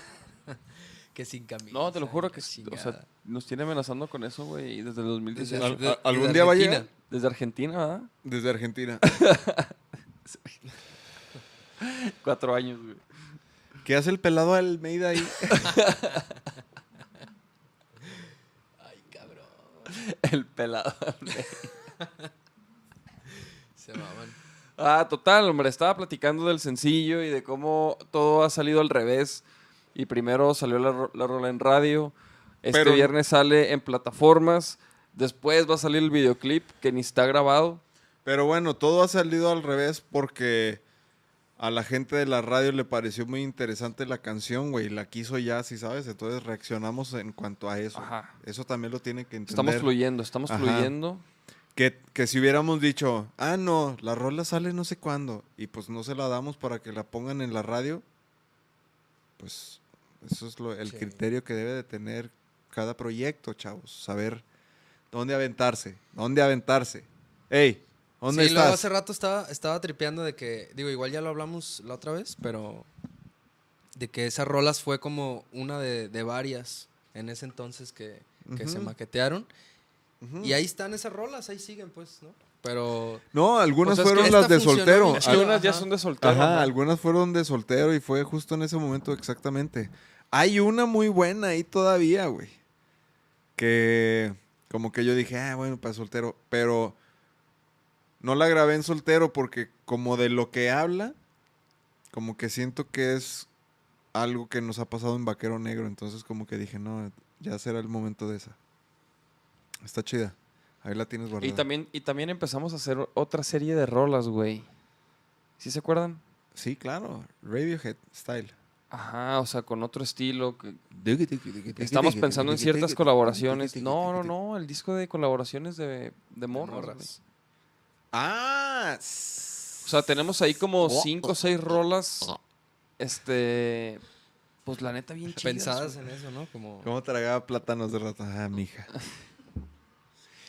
Que sin camisa. No, te lo juro que la sí. O chingada. sea, nos tiene amenazando con eso, güey, y desde el 2018. Desde- Al- Desde, de- a- algún desde día va a Argentina. llegar. Argentina, ¿verdad? Desde Argentina. Cuatro años, güey. ¿Qué hace el pelado Almeida ahí? Ay, cabrón. El pelado. Se maman. Ah, total, hombre, estaba platicando del sencillo y de cómo todo ha salido al revés. Y primero salió la, ro- la rola en radio, este Pero- viernes sale en plataformas, después va a salir el videoclip que ni está grabado. Pero bueno, todo ha salido al revés porque a la gente de la radio le pareció muy interesante la canción, güey. La quiso ya, si sabes. Entonces reaccionamos en cuanto a eso. Ajá. Eso también lo tiene que entender. Estamos fluyendo, estamos Ajá. fluyendo. que, que si hubiéramos dicho, ah, no, la rola sale no sé cuándo. Y pues no se la damos para que la pongan en la radio. Pues eso es lo- el Sí. criterio que debe de tener cada proyecto, chavos. Saber dónde aventarse. ¿Dónde aventarse? Ey, ¿dónde sí, estás? luego hace rato estaba, estaba tripeando de que, digo, igual ya lo hablamos la otra vez, pero de que esas rolas fue como una de, de varias en ese entonces que, que se Ujú. maquetearon. Ujú. Y ahí están esas rolas, ahí siguen, pues, ¿no? Pero No, algunas Pues es que fueron esta las de funcionó soltero. bien Es Es que que- unas ya ajá. son de soltero. Ajá, ¿no? algunas fueron de soltero y fue justo en ese momento exactamente. Hay una muy buena ahí todavía, güey. Que como que yo dije, ah, bueno, para soltero. Pero no la grabé en soltero porque como de lo que habla, como que siento que es algo que nos ha pasado en Vaquero Negro. Entonces como que dije, no, ya será el momento de esa. Está chida. Ahí la tienes guardada. Y también, y también empezamos a hacer otra serie de rolas, güey. ¿Sí se acuerdan? Sí, claro. Radiohead Style. Ajá, o sea, con otro estilo. que- Estamos pensando en ciertas colaboraciones. No, no, no, el disco de colaboraciones de, de morras. güey. morras. Ah. O sea, tenemos ahí como cinco o seis rolas. Ah. Este. Pues la neta, bien chidas. Pensadas en eso, ¿no? Como ¿Cómo tragaba plátanos de rato? Ah, mija.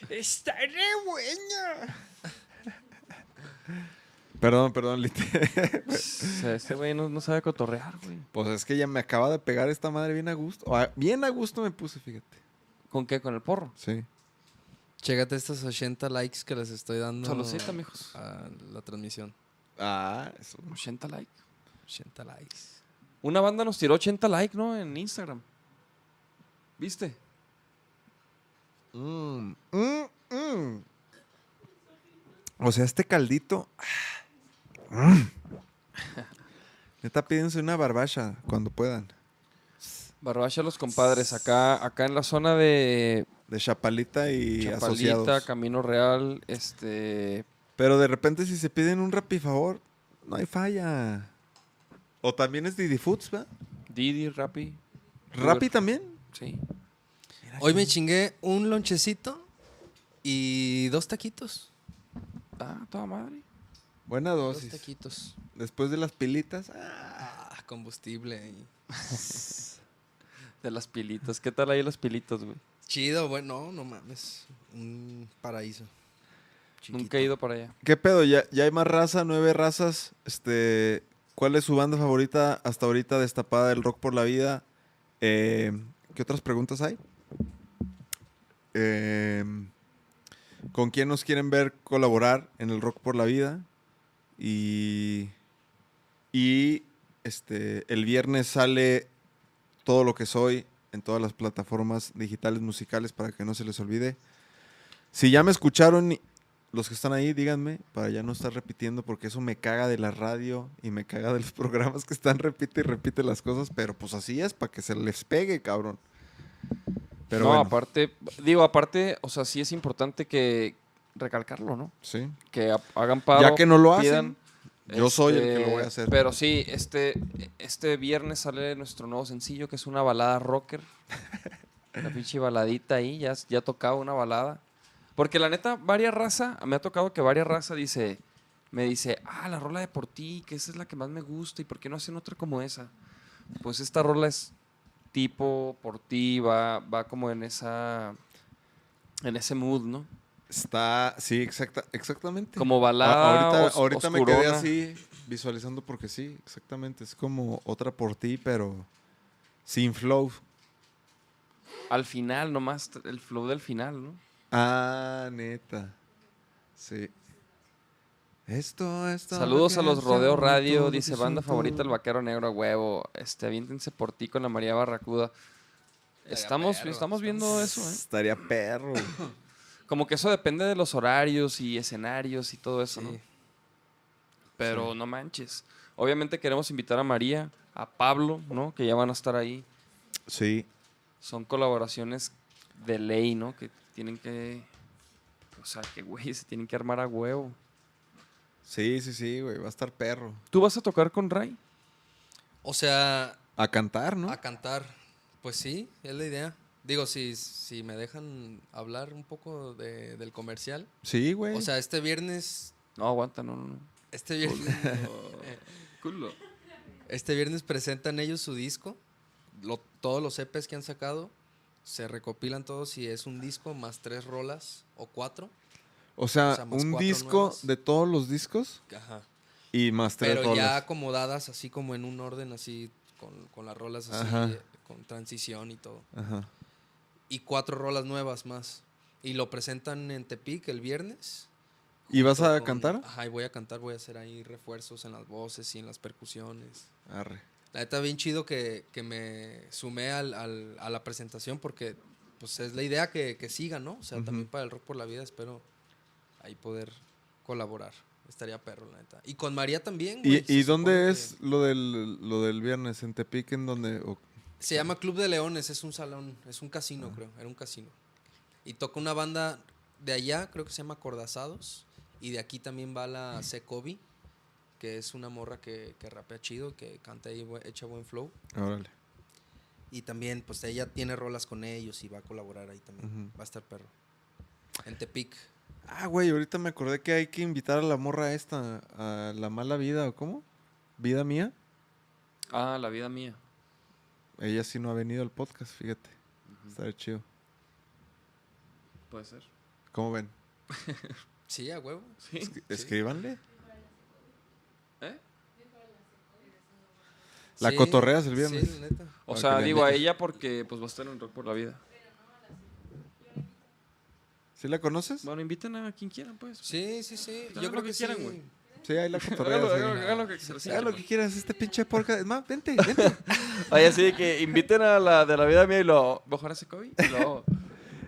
Está re buena. Perdón, perdón, literal. Este güey no, no sabe cotorrear, güey. Pues es que ya me acaba de pegar esta madre bien a gusto. O a- Bien a gusto me puse, fíjate. ¿Con qué? ¿Con el porro? Sí. Chécate estos 80 likes que les estoy dando Solocita, mijos. a la transmisión. Ah, eso. 80 likes. 80 likes. Una banda nos tiró 80 likes, ¿no? En Instagram. ¿Viste? Mm, mm, mm. O sea, este caldito. ah, mm. Neta, pídense una barbacha cuando puedan. Barbacha los compadres. Acá, acá en la zona de De chapalita y asociados. Chapalita, Camino Real, este. Pero de repente, si se piden un rapifavor, no hay falla. O también es Didi Foods, ¿verdad? Didi, Rappi. ¿Rapi también? Sí. Hoy me chingué un lonchecito y dos taquitos. Ah, toda madre. Buena Dos dosis. taquitos. Después de las pilitas. ah, Ah, combustible. y- De las pilitas. ¿Qué tal ahí las pilitas, güey? Chido, bueno, no, no mames. Un paraíso. Nunca he ido para allá. ¿Qué pedo? Ya, ya hay más raza, nueve razas. Este, ¿Cuál es su banda favorita hasta ahorita destapada del rock por la vida? Eh, ¿Qué otras preguntas hay? Eh, ¿Con quién nos quieren ver colaborar en el rock por la vida? Y, y este, el viernes sale todo lo que soy en todas las plataformas digitales musicales para que no se les olvide. Si ya me escucharon los que están ahí, díganme, para ya no estar repitiendo, porque eso me caga de la radio y me caga de los programas que están repite y repite las cosas, pero pues así es, para que se les pegue, cabrón. Pero no, bueno, aparte, digo, aparte, o sea, sí es importante que recalcarlo, ¿no? sí. Que ha- hagan paro. ya que no lo hacen, pidan, yo soy el que lo este, voy a hacer. Pero sí, este, este viernes sale nuestro nuevo sencillo, que es una balada rocker. Una pinche baladita ahí, ya, ya tocaba una balada. Porque la neta, varias raza, me ha tocado que varias raza dice, me dice, ah, la rola de por ti, que esa es la que más me gusta, ¿y por qué no hacen otra como esa? Pues esta rola es tipo por ti, va, va como en esa, en ese mood, ¿no? Está, sí, exacta, exactamente. Como A- balada. ahorita os- ahorita me quedé oscurona. así visualizando porque sí, exactamente. Es como otra por ti, pero sin flow. Al final, nomás t- el flow del final, ¿no? Ah, neta. Sí. Esto, esto. Saludos a los Rodeo Radio, dice banda favorita el vaquero. vaquero negro a huevo. Este, aviéntense por ti con la María Barracuda. Estamos, perro, estamos viendo eso, ¿eh? Estaría perro. Como que eso depende de los horarios y escenarios y todo eso, ¿no? Sí. Pero no manches. Obviamente queremos invitar a María, a Pablo, ¿no? Que ya van a estar ahí. sí. Son colaboraciones de ley, ¿no? Que tienen que. O sea, que güey, se tienen que armar a huevo. Sí, sí, sí, güey. Va a estar perro. ¿Tú vas a tocar con Ray? O sea, A cantar, ¿no? a cantar. Pues sí, es la idea. Digo, si, si me dejan hablar un poco de- del comercial. Sí, güey. O sea, este viernes. No, aguanta, no, no, no. Este viernes. Culo. Este viernes presentan ellos su disco. Lo- todos los EPs que han sacado se recopilan todos y es un disco más tres rolas o cuatro. o sea, o sea, más un cuatro disco nuevas. de todos los discos Ajá. y más tres Pero ya rolas. acomodadas así como en un orden, así con, con las rolas así, Ajá. eh, con transición y todo. Ajá. Y cuatro rolas nuevas más. Y lo presentan en Tepic el viernes. ¿Y vas junto a con- cantar? Ajá, y voy a cantar, voy a hacer ahí refuerzos en las voces y en las percusiones. Arre. La neta, bien chido que, que me sumé al, al- a la presentación porque pues es la idea que, que siga, ¿no? O sea, también para el Rock por la Vida espero ahí poder colaborar. Estaría perro, la neta. Y con María también. güey, se ¿Y, y supone dónde que- es lo del, lo del viernes? ¿En Tepic? ¿En donde? Se llama Club de Leones, es un salón, es un casino, Ah. creo, era un casino. Y toca una banda Mm. de allá, creo que se llama Cordazados, y de aquí también va la Secovi, que es una morra que, que rapea chido, que canta y bu- echa buen flow. Órale. Y también, pues ella tiene rolas con ellos y va a colaborar ahí también. Ujú. Va a estar perro. En Tepic. Ah, güey, ahorita me acordé que hay que invitar a la morra esta, a la mala vida, ¿o cómo? ¿Vida mía? Ah, la vida mía. Ella sí no ha venido al podcast, fíjate. Está chido. Puede ser. ¿Cómo ven? Sí, a huevo. Sí. Escríbanle. ¿Eh? ¿La Sí, cotorreas el viernes? Sí, la neta. O Para sea, que le digo a invites. ella porque pues va a estar en Rock por la vida. ¿Sí la conoces? Bueno, inviten a quien quieran, pues. Sí, sí, sí. Hagan Yo lo creo que que, quieran, sí. güey. Sí, ahí la cotorreas. Hagan lo- ahí. hagan- hagan lo que se Pues. les Haz lo hinche, que quieras, este pinche porca. Es más, vente, vente. pues. Oye, sí, que inviten a la de la vida mía y lo. Mejor a Secovi. y luego-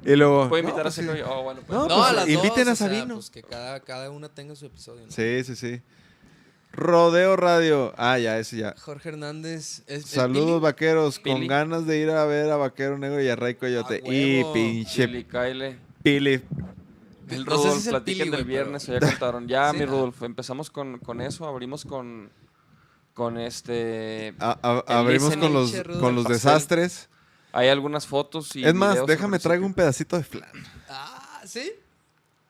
Y luego. Puedo invitar no, a pues sí. Secovi. Oh, bueno, pues. No, No, pues, a las inviten dos, a o sea, Sabino. pues que cada, cada una tenga su episodio. ¿no? Sí, sí, sí. Rodeo Radio. Ah, ya, ese ya. Jorge Hernández. es- es Saludos, Billy. vaqueros. Pili. Con ganas de ir a ver a Vaquero Negro y a Ray Coyote. A y huevo. pinche Chili, Kyle. Pili. El No sé si Rudolf, es el platiquen Pili, güey, del pero- viernes, o ya contaron. Ya, Sí, mi no. Rudolf, empezamos con, con eso, abrimos con, con este... A- a- El abrimos listening, con los, che, Rudo. con los Pastel. desastres. Hay algunas fotos y es más, videos déjame al traigo un pedacito principio. de flan. Ah, ¿sí?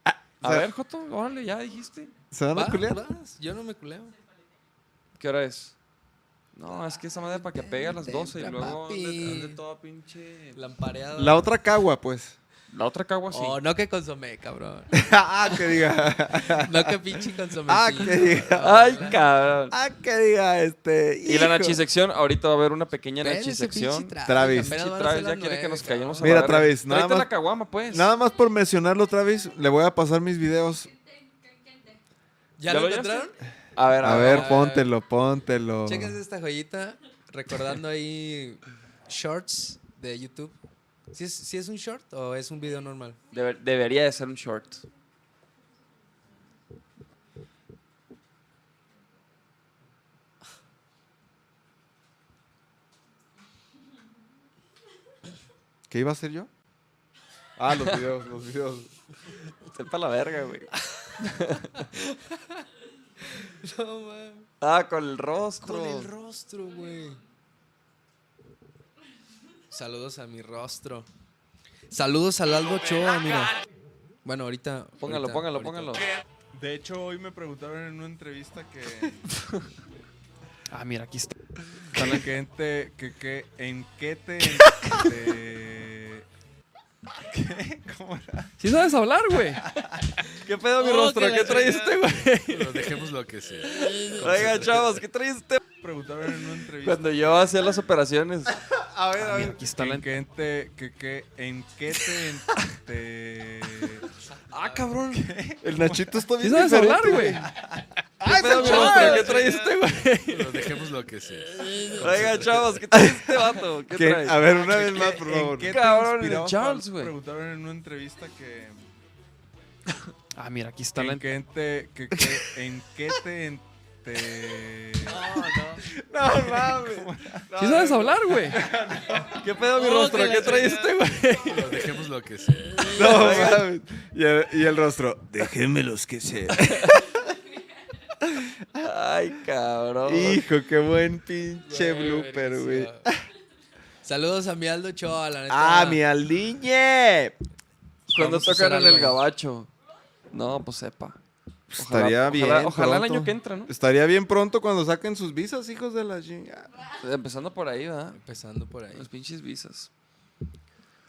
A o sea- ver, Joto, órale, ya dijiste. ¿Se van a ¿Vas? culear? ¿Vas? Yo no me culeo. ¿Qué hora es? No, es que esa madre para que pegue a las 12 y Tempra, luego ande, papi. ande toda pinche... La, Lampareado. La otra cagua, pues. otra cagua sí. Oh, no que consomé, cabrón. ah, que diga. No que pinche consomé. Ah, que diga. Ay, cabrón. Ah, que diga este. Y la hijo. nachisección, ahorita va a haber una pequeña nachisección. Travis. Sí, Travis ya quiere que nos callemos a Mira, la verga. Travis, nada Tráete más- la caguama, pues. Nada más por mencionarlo otra vez, le voy a pasar mis videos. ¿Ya ¿Ya lo lo hallaste? encontraron? A ver, A ver. ver, póntelo, póntelo. Chéquense esta joyita. Recordando ahí shorts de YouTube. ¿Sí es, sí es un short o es un video normal? Deber- debería de ser un short. ¿Qué iba a hacer yo? Ah, los videos, los videos. Está para la verga, güey. No, man. Ah, con el rostro. Con el rostro, güey. Saludos a mi rostro. Saludos al Aldo Ochoa, mira. Bueno, ahorita. Póngalo, ahorita, póngalo, ahorita. póngalo. De hecho, hoy me preguntaron en una entrevista que. Ah, mira, aquí está. Para la gente que, que en qué te, te- ¿Qué? ¿Cómo era? Sí sabes hablar, güey. ¿Qué pedo mi Oh, rostro? que la ¿Qué traes chingada. este, güey? Pero dejemos lo que sea. Oiga, chavos, ¿qué traes este? Preguntaron en una entrevista. Cuando yo hacía las operaciones. A ver, a ver. Ah, aquí está la- en qué te- que, que- en qué te, te- Ah, cabrón. El Nachito está Sí bien sabes diferente, hablar, güey. ¿Qué pedo mi rostro? ¿Qué traes este, güey? Pero dejemos lo que sea. Oiga, chavos, ¿qué traes este vato? ¿Qué Que- traes? a ver, una vez más, por favor. te Cabrón, inspiró? el Charles, güey. Preguntaron en una entrevista que... Ah, mira, aquí está la. En qué te... Que, que- en qué te... te- No mames. ¿Sí sabes hablar, güey? ¿Qué pedo mi rostro? ¿Qué traes este, güey? Pero dejemos lo que sea. No, mames. Y el, y el rostro. Déjenmelos que se... Ay, cabrón. Hijo, qué buen pinche blooper, güey. verguísima. Saludos a mi Aldo Ochoa, la neta. Ah, mi Aldiñe. Cuando Vamos a hacer tocaron en el algo ahí. gabacho. No, pues sepa. Ojalá- Estaría bien. Ojalá, ojalá el año pronto. que entra, ¿no? Estaría bien pronto cuando saquen sus visas, hijos de la chingada. Empezando por ahí, ¿verdad? Empezando por ahí. Los pinches visas.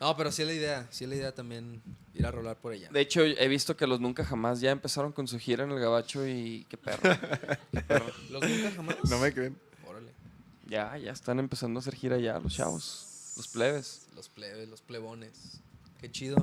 No, pero sí es la idea. Sí es la idea también ir a rolar por allá. De hecho, he visto que los nunca jamás ya empezaron con su gira en el gabacho y qué perro. ¿Los nunca jamás? No me creen. Órale. ya, ya están empezando a hacer gira ya los chavos. Los plebes. Los plebes, los plebones. Qué chido.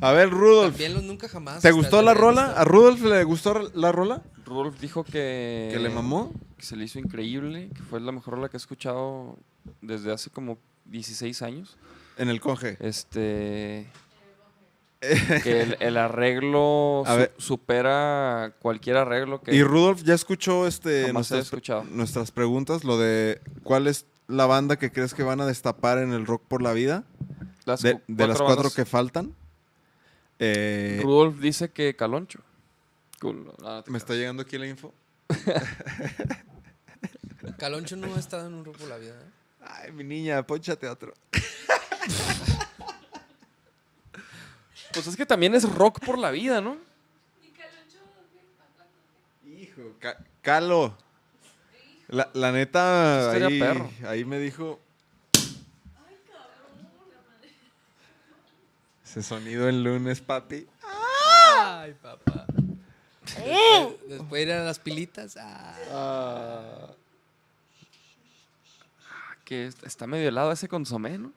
A ver, Rudolf. También los nunca jamás. ¿Te hasta gustó el la de rola? Ernesto. ¿A Rudolf le gustó la rola? Rudolf dijo que. ¿Que le mamó? Que se le hizo increíble, que fue la mejor rola que he escuchado desde hace como 16 años. En el conge. Este. que el, el arreglo A su- ver. supera cualquier arreglo que. Y Rudolf ya escuchó este Jamás he nuestras, escuchado. nuestras preguntas, lo de cuál es la banda que crees que van a destapar en el rock por la vida, las de, cu- de las cuatro bandas. que faltan. Eh, Rudolf dice que Caloncho. Culo. No, no te Me está llegando aquí la info. Caloncho no ha estado en un rock por la vida. ¿eh? Ay, mi niña, ponchate otro. creo. Pues es que también es rock por la vida, ¿no? Y Caloncho, ¿qué? ¿Cuándo? Hijo, Ca- Calo. La, la neta, Estaría ahí, perro. ahí me dijo ese sonido el lunes, papi. Ay, papá. Después, después ir a las pilitas. ah. Ah, Que est- está medio helado ese consomé, ¿no?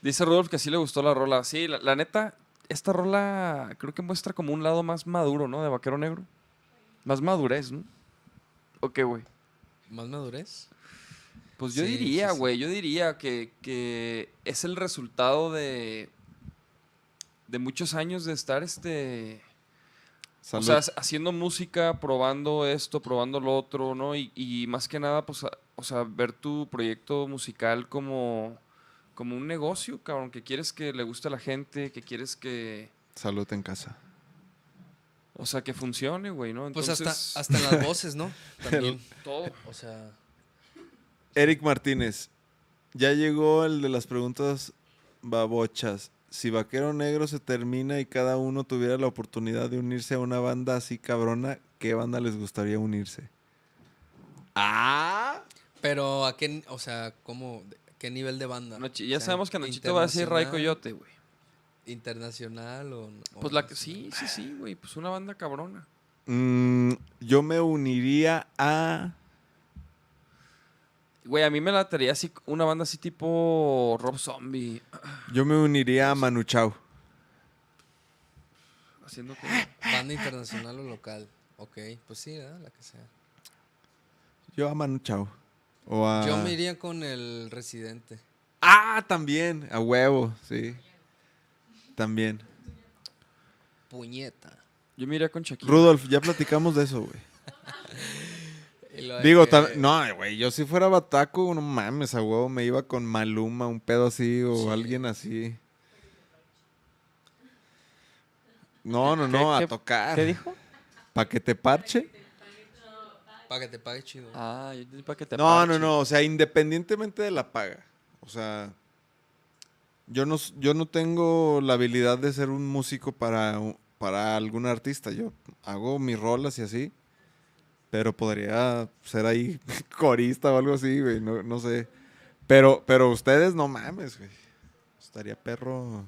Dice Rudolf que sí le gustó la rola. Sí, la, la neta, esta rola creo que muestra como un lado más maduro, ¿no? De Vaquero Negro. Más madurez, ¿no? Ok, güey. ¿Más madurez? Pues yo Sí, diría, sí, sí. güey, yo diría que, que es el resultado de, de muchos años de estar este... Salud. O sea, haciendo música, probando esto, probando lo otro, ¿no? Y, y más que nada, pues, a- o sea, ver tu proyecto musical como, como un negocio, cabrón, que quieres que le guste a la gente, que quieres que, Salud en casa. o sea, que funcione, güey, ¿no? Pues Entonces, hasta, hasta en las voces, ¿no? También. todo. O sea, Eric Martínez. Ya llegó el de las preguntas babochas. Si Vaquero Negro se termina y cada uno tuviera la oportunidad de unirse a una banda así cabrona, ¿qué banda les gustaría unirse? Ah, pero a qué, o sea, ¿cómo? de- ¿Qué nivel de banda? Nochi- ya O sea, sabemos que Nachito va a decir Ray internacional- Coyote, güey. ¿Internacional o no? Pues la que, sí, sí, sí, güey, pues una banda cabrona. Mm, yo me uniría a. Güey, a mí me latería así una banda así tipo Rob Zombie, Yo me uniría a Manu Chao. haciendo que... Banda internacional o local. Ok, pues sí, ¿verdad? la que sea. Yo a Manu Chao. O a. Yo me iría con el residente. Ah, también. A huevo, sí. También. Puñeta. Yo me iría con Shakira. Rudolf, ya platicamos de eso, güey. Y lo de Digo, que- tam- no, güey, yo si fuera Bataco, no mames, a huevo, me iba con Maluma, un pedo así o alguien así. No, no, ¿Qué- no, qué- a tocar. ¿Qué dijo? ¿Para que te parche? Para que te pague chido. Ah, yo entendí para que te No, no, apache. no, o sea, independientemente de la paga. O sea, yo no, s- yo no tengo la habilidad de ser un músico para, u- para algún artista. Yo hago mis rolas y así, pero podría ser ahí corista o algo así, güey, no, no sé. Pero, pero ustedes no mames, güey. Estaría perro.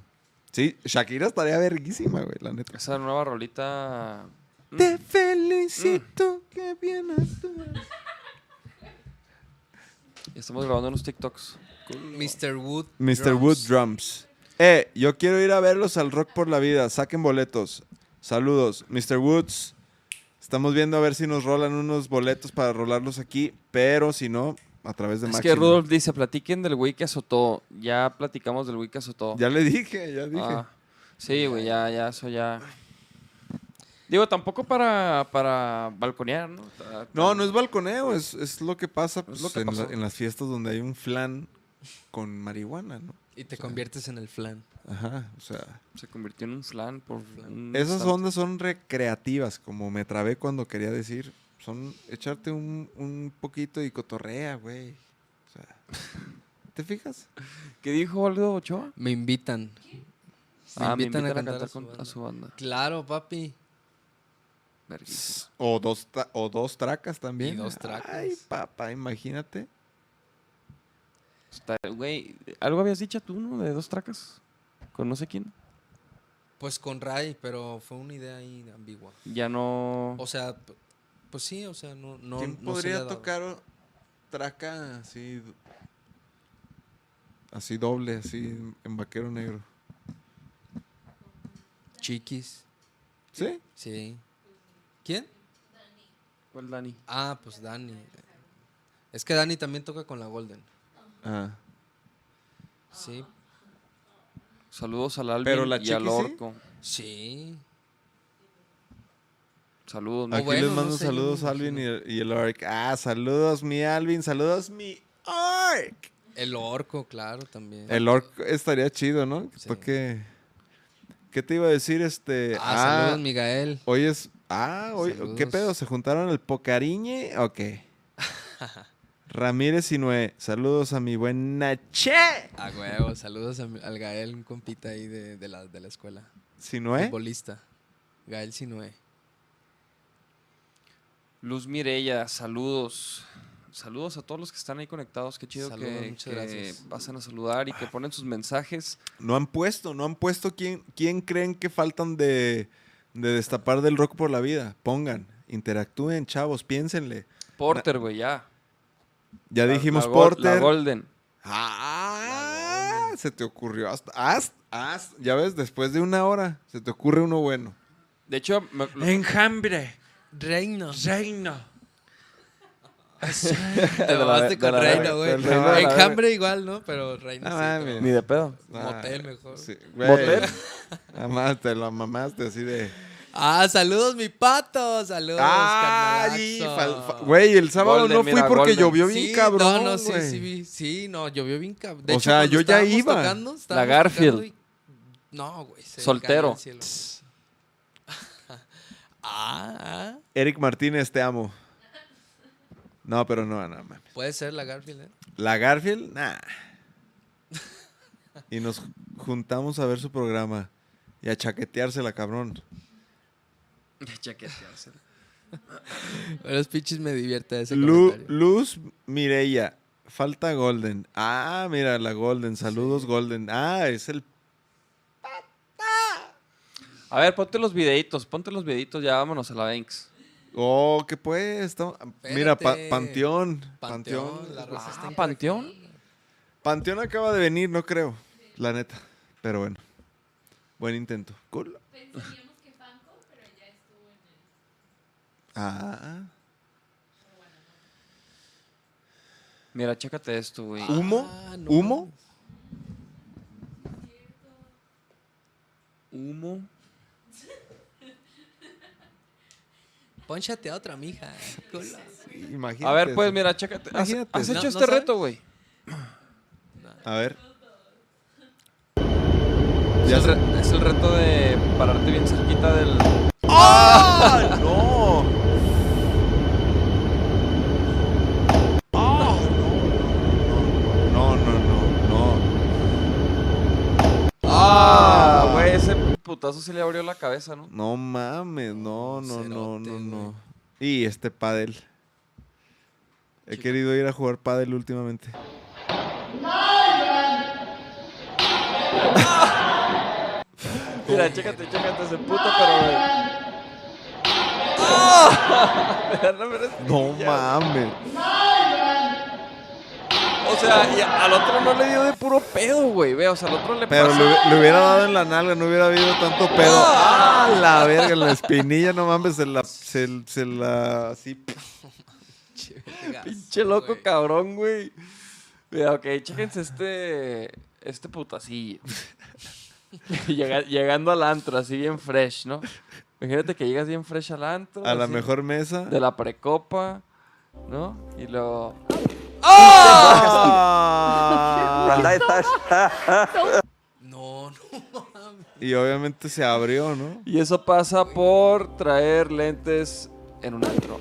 Sí, Shakira estaría verguísima, güey, la neta. Esa nueva rolita. mm, Te felicito, que bien actúas. y Estamos grabando unos TikToks. Mr. Wood. Mr. Drums. Wood Drums. Eh, yo quiero ir a verlos al Rock por la Vida. Saquen boletos. Saludos, Mr. Woods. Estamos viendo a ver si nos rolan unos boletos para rolarlos aquí, pero si no, a través de Es Máxima. que Rudolf dice: platiquen del güey que azotó. Ya platicamos del güey que azotó. Ya le dije, ya dije. Ah, sí, güey, ya, ya, eso ya. Digo, tampoco para, para balconear, ¿no? Ta- No, tan- no es balconeo, es, es lo que pasa Es pues, lo que en, la- pasó. en las fiestas donde hay un flan con marihuana, ¿no? Y te conviertes en el flan. Ajá, o sea. Se convirtió en un flan por. un Esas instante. ondas son recreativas, como me trabé cuando quería decir. Son echarte un, un poquito y cotorrea, güey. O sea, ¿te fijas? ¿Qué dijo Aldo Ochoa? Me invitan. Me Ah, me invitan, a cantar, a su con- banda. a su banda. Claro, papi. Verguísima. O dos, ta- o dos tracas también. Y dos tracas. Ay, papá, imagínate. Está- Güey, algo habías dicho tú, ¿no? De dos tracas. Con no sé quién. Pues con Ray, pero fue una idea ahí ambigua. Ya no. O sea, p- pues sí, o sea, no, no, ¿Quién no se le ha podría dado. tocar o- traca así? d- Así doble, así en- en vaquero negro. Chiquis. ¿Sí? Sí. ¿Quién? ¿Cuál Dani? Ah, pues Dani. Es que Dani también toca con la Golden. Ah. Sí. Saludos al Alvin Pero la y al chiqui sí. Orco. Sí. Saludos. Ah, Aquí ¿no? bueno, les no mando sé, yo me saludos a Alvin y, y el Orc. Ah, saludos mi Alvin, saludos mi Orc. El orco, claro, también. El orc estaría chido, ¿no? Que Sí. toque. ¿Qué te iba a decir? Este. Ah, Ah, saludos, Miguel. hoy es. Ah, hoy. ¿Qué Saludos. pedo? ¿Se juntaron el Pocariñe o qué? Ramírez y Noé. Saludos a mi buen Nache. A huevo, saludos a mi- al Gael, un compita ahí de, de la, de la escuela. ¿Sinue? Futbolista. Gael Sinue. Luz Mirella, saludos. Saludos a todos los que están ahí conectados. Qué chido Saludos, que, muchas que gracias. pasan a saludar y que ponen sus mensajes. No han puesto, no han puesto quién, quién creen que faltan de, de destapar del rock por la vida. Pongan, interactúen, chavos, piénsenle. Porter, güey, ya. Ya La- dijimos la gol- Porter. La Golden. Ah, se te ocurrió. Hasta, hasta- hasta- ya ves, después de una hora, se te ocurre uno bueno. De hecho, me- Enjambre, Reino. reino. Te mamaste de con la- Reino, del güey. reino de la- Enjambre igual, ¿no? Pero Reino No sí. mames. como- Ni de pedo. Motel mejor. Sí, güey. ¿Motel? Mamá, te la mamaste así de. Ah, saludos, mi pato. Saludos, Ah, carnalazo. sí, fal- fa- Güey, el sábado Golden, no fui mira, porque Golden. llovió bien cabrón. No, no, sí, güey. sí, vi- sí, no, llovió bien cabrón. O sea, yo ya iba. Tocando, estábamos La Garfield. tocando y- No, güey. se Soltero. cayó al cielo. ah, ah, Eric Martínez, te amo. No, pero no, no mames. puede ser la Garfield, ¿eh? La Garfield, nah. Y nos juntamos a ver su programa y a chaqueteársela, cabrón. Pero los pinches me divierte ese Lu- comentario. Luz Mireya, falta Golden. Ah, mira, la Golden. Saludos, Golden. Ah, es el. A ver, ponte los videitos, ponte los videitos, ya vámonos a la Banks. Oh, que pues. estamos- Mira, pa- Espérate. Panteón. Panteón, Panteón. la raza está Ah, en- Panteón. Panteón acaba de venir, no creo. La neta. Pero bueno. Buen intento. Cool. Pensaríamos que Fanco, pero ya estuvo en el. Ah. Mira, chécate esto, güey. ¿Humo? Ah, no ¿Humo? Humo. Pónchate a otra, mija. Cola. Imagínate. A ver, pues eso. mira, chécate. ¿Has, Imagínate has eso. hecho No- este no sabes. reto, güey? A ver. Es, el re- es el reto de pararte bien cerquita del... ¡No! No, no, no, no. Ah, güey, ese putazo se le abrió la cabeza, ¿no? No mames, no, no, no, no, Cerote, no. güey. Y este pádel. He querido ir a jugar pádel últimamente. Mira, chécate, chécate ese puto, pero, güey. No mames. O sea, y al otro no le dio de puro pedo, güey. Ve, o sea, al otro le Pero pasó. le, hubie- le hubiera dado en la nalga, no hubiera habido tanto pedo. ¡Ah, la verga! En la espinilla, no mames, se la... Se, se la... Así... Che, vergazo, Pinche loco, güey. cabrón, güey. Mira, ok, chéquense este. Este putacillo. Llega- llegando al antro, así bien fresh, ¿no? Imagínate que llegas bien fresh al antro. A la así, mejor mesa. De la precopa, ¿no? Y luego. No, no mames. Y obviamente se abrió, ¿no? Y eso pasa por traer lentes en un antro.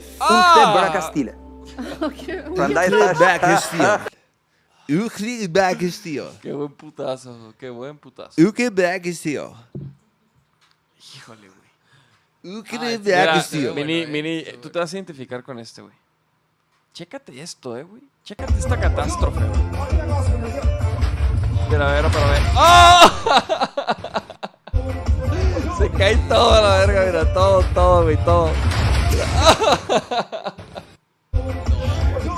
Qué buen putazo, qué buen putazo. Híjole, güey. Mira, pues, Mini, Mini, eh, tú te vas a identificar con este, güey. Chécate esto, eh, güey. Chécate esta catástrofe. güey. Mira, a ver, para ver. ¡Oh! Se cae todo a la verga, mira, todo, todo, güey, todo.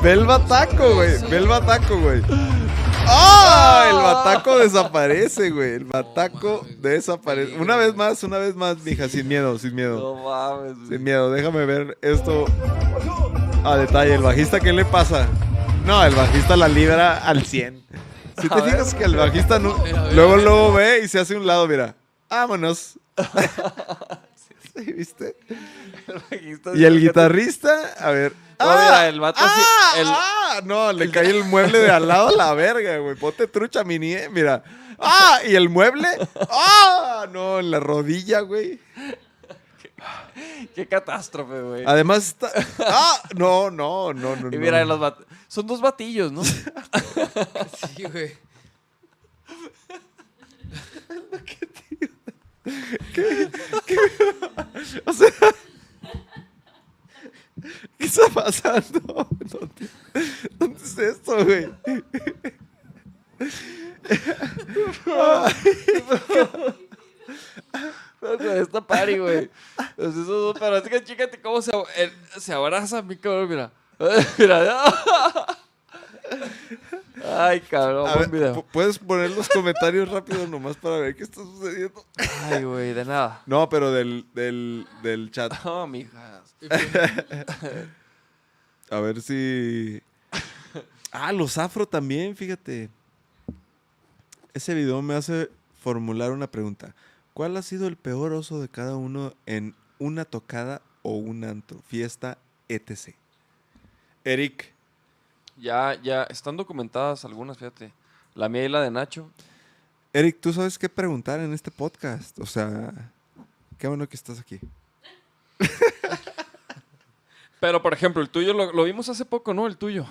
Ve el bataco, güey. Ve el bataco, güey. ¡Ah! El bataco desaparece, güey. El bataco mames, güey. desaparece. Peligro, Una vez güey. más, una vez más, mija, sin miedo, sin miedo. No mames, Sin güey. miedo, déjame ver esto a detalle. ¿El bajista qué le pasa? No, el bajista la libra al 100. Si te fijas que el bajista no- A ver, a ver, luego, a ver. luego ve y se hace un lado, mira. Vámonos. ¿Sí ¿Viste? Y el guitarrista, a ver. No, mira, el vato sí- ah, el- ah, no, le cae el mueble de al lado a la verga, güey. Ponte trucha, mi nie, mira. ¡Ah! ¿Y el mueble? ¡Ah! No, en la rodilla, güey. Qué catástrofe, güey. Además está. ¡Ah! No, no, no, no. Y mira, no. los bat- son dos batillos, ¿no? eh, Sí, güey. O sea. ¿Qué está pasando? ¿Dónde, dónde es esto, güey? O sea, Esta party, güey. O sea, esos dos- pero es que chécate cómo se, ab- el- se abraza mi cabrón, mira. Mira. Ay, cabrón, A buen ver, video. pu- ¿Puedes poner los comentarios rápido nomás para ver qué está sucediendo? Ay, güey, de nada. No, pero del, del, del chat. No, mijas. A ver si. Ah, los afro también, fíjate. Ese video me hace formular una pregunta. ¿Cuál ha sido el peor oso de cada uno en una tocada o un antro, fiesta, etc? Eric, Ya, ya, están documentadas algunas, fíjate. La mía y la de Nacho. Eric, tú sabes qué preguntar en este podcast. O sea, qué bueno que estás aquí. Pero, por ejemplo, el tuyo lo, lo vimos hace poco, ¿no? El tuyo.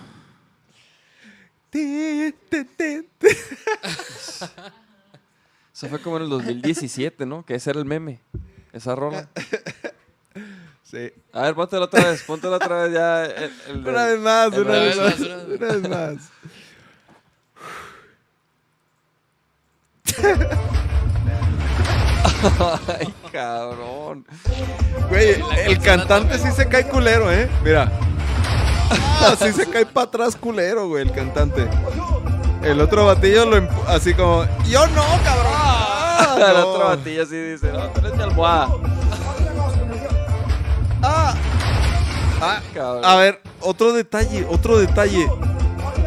Tin, tin, tin, tin. Eso fue como en el 2017, ¿no? Que ese era el meme. Esa rola. Sí. A ver, póntela otra vez, póntela otra vez ya. el- el de- Una vez más, el una de- vez más, una vez una vez más. Ay, cabrón. Güey, el cantante sí se cae culero, ¿eh? Mira. Ah, sí se cae para atrás culero, güey, el cantante. El otro batillo lo empu- así como, yo no, cabrón. Ah, El no. otro batillo así dice, no, tú eres mi almohada. Ah, ah, Cabrón. a ver, otro detalle, otro detalle.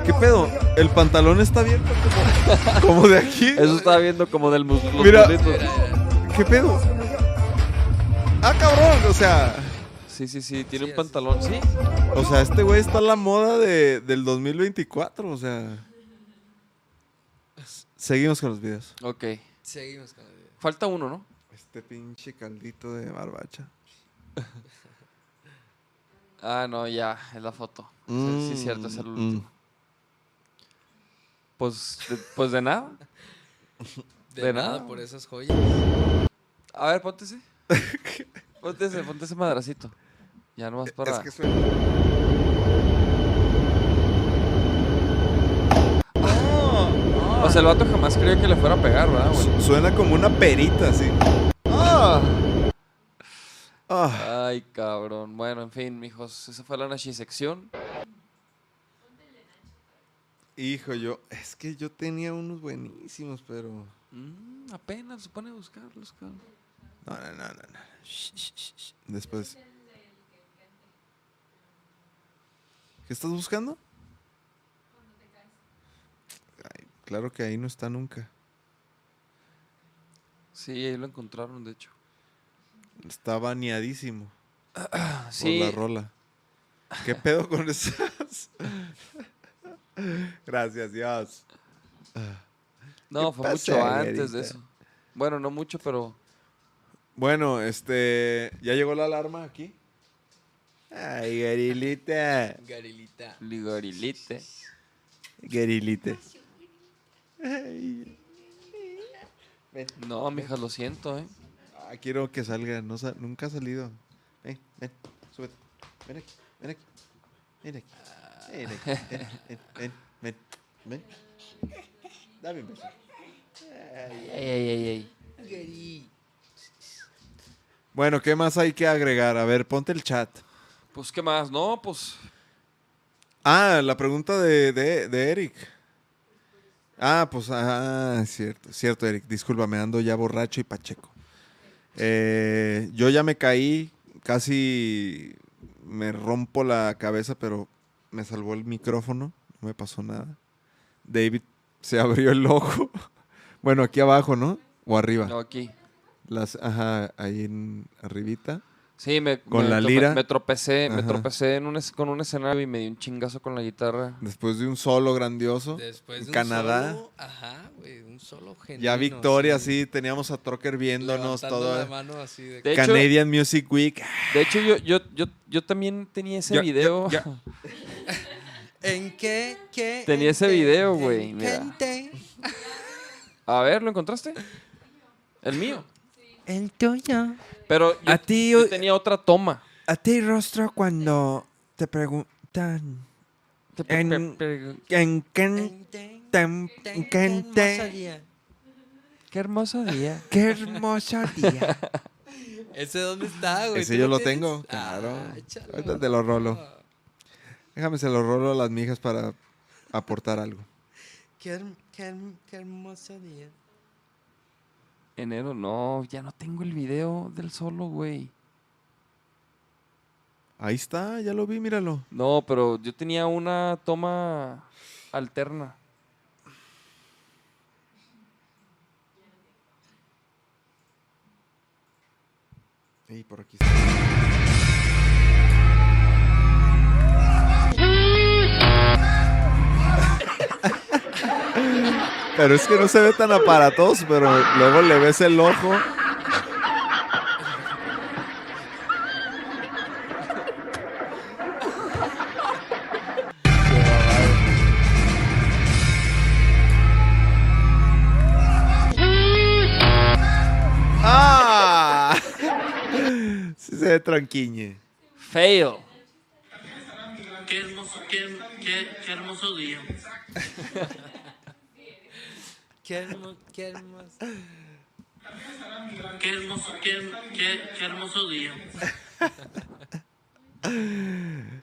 ¿Qué pedo? El pantalón está abierto como, como de aquí. Eso estaba viendo como del mus los Mira. muslitos. ¿Qué pedo? Ah, cabrón, o sea, Sí, sí, sí, tiene Sí, un así. pantalón, sí. o sea, este güey está a la moda de, del 2024, o sea. S- Seguimos con los videos. Ok. Seguimos con el video. Falta uno, ¿no? Este pinche caldito de barbacha. Ah, no, ya, es la foto. Sí, sí, es cierto, es el Mm, último. Pues, de, pues de nada. De, De nada. nada. por esas joyas. A ver, ponte ese. Ponte ese, ponte ese madracito. Ya nomás para. Es que suena. O sea, el vato jamás creyó que le fuera a pegar, ¿verdad, güey? su- suena como una perita, así. Ah. Ah. Ay, cabrón. Bueno, en fin, mijos. Esa fue la Nashi sección. Hijo, yo. Es que yo tenía unos buenísimos, pero. Mm, apenas se pone a buscarlos, cabrón. No, no, no, no. no. Shh, shh, shh, shh. Después. ¿Qué estás buscando? Ay, claro que ahí no está nunca. Sí, ahí lo encontraron, de hecho. Está baneadísimo Sí, por la rola. ¿Qué pedo con esas? Gracias, Dios. no, ¿Qué fue pasa, mucho antes de Edgarita? eso. Bueno, no mucho, pero Bueno, este. ¿Ya llegó la alarma aquí? Ay, Garilita. Garilita. ligorilite. Garilite. No, mija, lo siento, ¿eh? Ah, quiero que salga. No sa- nunca ha salido. Ven, ven, súbete. Ven aquí, ven aquí. Ven aquí. Ven, aquí, ven, ven, ven, ven, ven. Dame un beso. Ey, ey, ey, ey. Bueno, ¿qué más hay que agregar? A ver, ponte el chat. Pues, ¿qué más? No, pues, Ah, la pregunta de, de- de Eric. Ah, pues, ah, es cierto, es cierto, Eric. Discúlpame, ando ya borracho y pacheco. Eh, yo ya me caí, casi me rompo la cabeza, pero me salvó el micrófono, no me pasó nada. David se abrió el ojo. Bueno, aquí abajo, ¿no? O arriba. no, aquí. Las, ajá, ahí en arribita. Sí, me, Con me la trope- lira. me tropecé, me Ajá. tropecé en un es- con un escenario y me di un chingazo con la guitarra. Después de un solo grandioso. Después en de un Canadá. solo- ajá, güey, un solo genio. ya Victoria, sí. teníamos a Trocker viéndonos La todo. mano así de Ah, De hecho, de Canadian Music Week. hecho yo, yo, yo, yo también tenía ese Yo- yo- video. yo- ¿En qué? qué Tenía en ese qué, video, en güey, mira. qué te- A ver, ¿lo encontraste? El mío. El tuyo. Pero yo, A ti, yo o- tenía otra toma. A ti, rostro, cuando te preguntan En- en qué, en qué- tem- en qué qué te- hermoso día. Qué hermoso día. qué hermoso día. ¿Ese dónde está, güey? Ese ¿Tú yo lo tienes? tengo, Ah, claro. échalo. Ah. Ahorita te lo rolo. Déjame, se lo rolo a las mijas para aportar algo. Qué, her- qué her- qué hermoso día. Enero, no, ya no tengo el video del solo, güey. Ahí está, ya lo vi, míralo. No, pero yo tenía una toma alterna. Y por aquí está. Pero es que no se ve tan aparatoso, pero luego le ves el ojo. ¡Ah! Sí se ve tranquiñe. Fail. Qué hermoso, qué, qué, qué hermoso día. Qué, hermo- qué hermoso. Qué hermoso, qué, qué, qué hermoso día.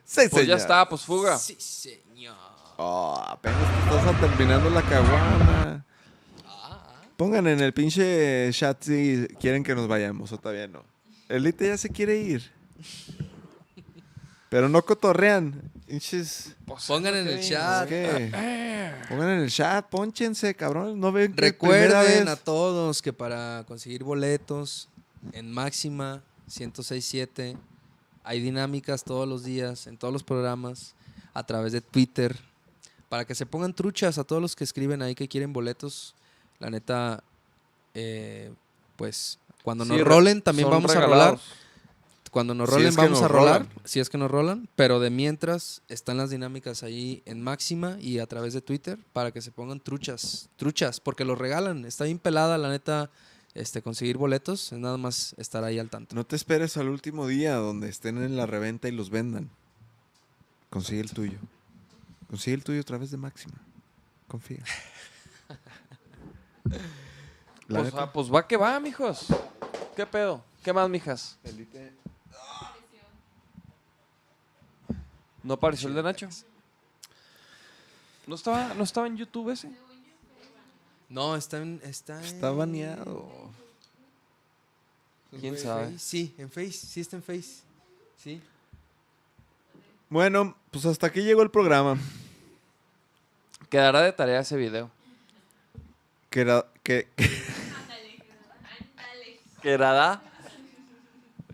Sí, Pues ya señor. está, pues fuga. Sí, señor. Oh, apenas te estás terminando la caguana. Pongan en el pinche chat si quieren que nos vayamos o todavía no. Elite ya se quiere ir. Pero no cotorrean. Pinches. Pues, Pongan en el ok. chat. ah, ¿Qué? Pongan en el chat, ponchense, cabrón. No ven que primera Recuerden vez. a todos que para conseguir boletos en máxima 1067 hay dinámicas todos los días, en todos los programas, a través de Twitter, para que se pongan truchas a todos los que escriben ahí que quieren boletos. La neta, eh, pues cuando Sí, nos re- rolen también son vamos a rolar. regalados. Cuando nos Si rolen es que vamos nos a rolar, rolan. si es que nos rolan, pero de mientras están las dinámicas ahí en máxima y a través de Twitter para que se pongan truchas, truchas, porque los regalan, está bien pelada la neta este conseguir boletos, es nada más estar ahí al tanto. No te esperes al último día donde estén en la reventa y los vendan. Consigue el tuyo. Consigue el tuyo a través de Máxima. Confía. La Pues, neta. ah, pues va que va, mijos. ¿Qué pedo? ¿Qué más, mijas? ¿No apareció el de Nacho? ¿No estaba, ¿No estaba en YouTube ese? No, está en está en- Está baneado. en pues, ¿Quién Face, sabe? Sí, en Face, sí está en Face. Sí. Bueno, pues hasta aquí llegó el programa. Quedará de tarea ese video. Que era- que, que- Quedará.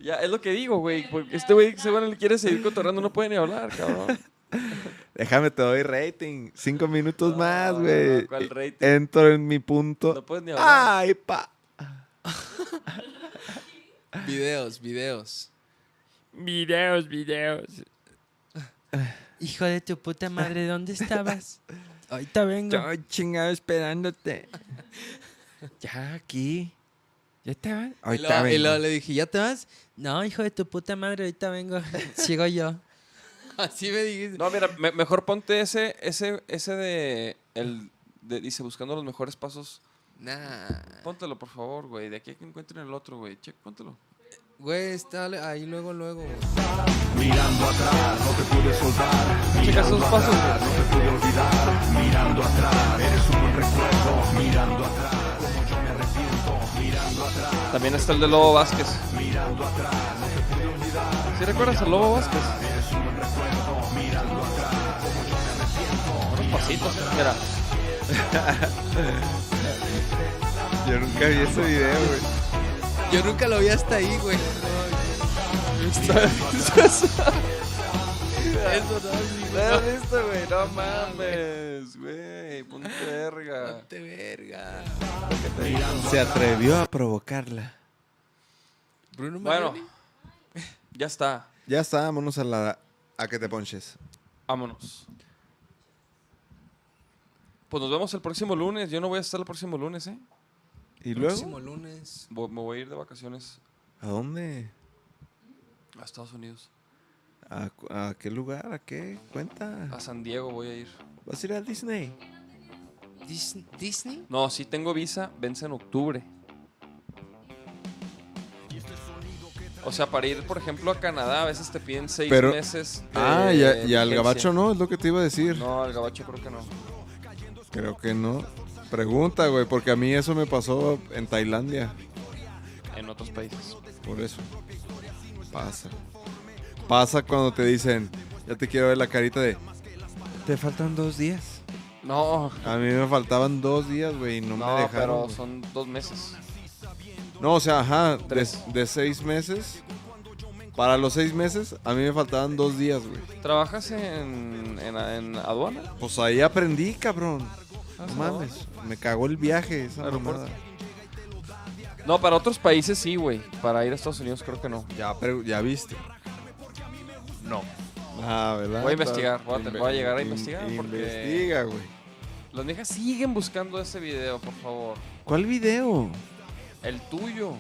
Ya, es lo que digo, güey. Porque este güey según él quiere seguir cotorrando, no puede ni hablar, cabrón. déjame, te doy rating. Cinco minutos más, no, güey. no, ¿cuál rating? Entro en mi punto. No puedes ni hablar. Ay, pa. Videos, videos. Videos, videos. Hijo de tu puta madre, ¿dónde estabas? Ahorita vengo. Yo chingado esperándote. ya aquí. Ya te vas. Y Ahorita luego, y vengo. luego le dije, ¿ya te vas? No, hijo de tu puta madre, ahorita vengo. Sigo yo. Así me dijiste. No, mira, me- mejor ponte ese, ese, ese de, el, de- dice, buscando los mejores pasos. Nah. Póntelo, por favor, güey. De aquí a que encuentren el otro, güey. Che, póntelo. Güey, está ahí luego, luego. güey. Mirando atrás, no te pude soltar. Checa esos pasos, güey. No te pude olvidar. Mirando atrás, eres un buen recuerdo. Mirando atrás, como yo me arrepiento. Mirando atrás, También está el de Lobo Vázquez. mirando atrás, no te pude olvidar. ¿Sí recuerdas al Lobo Vázquez? Eres un buen recuerdo. Mirando atrás, como yo me arrepiento. Mirando Pasitos, mira. Yo nunca vi ese video, güey. Yo nunca lo vi hasta ahí, güey. ¿Lo has visto, güey? No mames, güey. Ponte verga. Te verga. Se atrevió a provocarla. Bruno Bueno, Marioni. ya está. Ya está, vámonos a la. A que te ponches. Vámonos. Pues nos vemos el próximo lunes. Yo no voy a estar el próximo lunes, ¿eh? ¿Y Próximo luego? lunes. Vo- Me voy a ir de vacaciones ¿A dónde? a Estados Unidos. ¿A, cu- a qué lugar? ¿A qué? A Cuenta. San Diego voy a ir. ¿Vas a ir a Disney? Dis- Disney. No, sí tengo visa. Vence en octubre. O sea, para ir, por ejemplo, a Canadá, a veces te piden seis Pero- meses. de Ah, y, a- y al vigencia. gabacho no, es lo que te iba a decir. No, al gabacho creo que no. Creo que no. Pregunta, güey, porque a mí eso me pasó en Tailandia. En otros países. Por eso. Pasa. Pasa cuando te dicen, ya te quiero ver la carita de... Te faltan dos días. No, A mí me faltaban dos días, güey, y no, no, me dejaron. pero güey. son dos meses. No, o sea, ajá, de, Tres. de seis meses. Para los seis meses, a mí me faltaban dos días, güey. ¿Trabajas en, en, en aduana? Pues ahí aprendí, cabrón. No ¿Trabajas en aduana? mames, me cagó el viaje esa Ah, Aeropuerto. mamada. No, para otros países sí, güey. Para ir a Estados Unidos creo que no. Ya, pre- ya viste. No. Ah, ¿verdad? Voy a investigar, voy a- Inve- voy a llegar a in- investigar porque- Investiga, güey. Las viejas siguen buscando ese video, por favor. ¿Cuál video? El tuyo.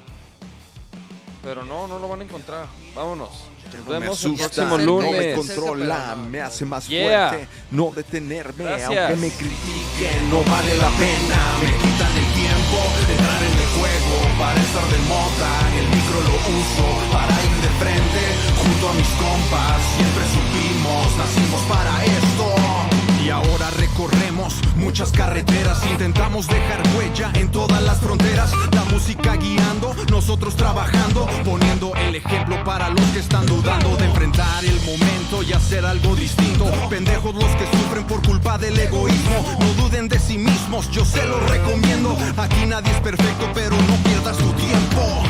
Pero no, no lo van a encontrar. Vámonos. Nos vemos el asusta, no próximo me lunes. con- controla, me hace más Yeah. fuerte no detenerme, Gracias. aunque me que no vale la pena Me quitan el tiempo de entrar en el juego Para estar de moda, el micro lo uso Para ir de frente junto a mis compas Siempre supimos, nacimos para esto Y ahora recorremos muchas carreteras Intentamos dejar huella en todas las fronteras La música guiando, nosotros trabajando Poniendo el ejemplo para los que están dudando De enfrentar el momento y hacer algo distinto Pendejos los que sufren por culpa del egoísmo No duden de sí mismos, yo se los recomiendo Aquí nadie es perfecto, pero no pierdas tu tiempo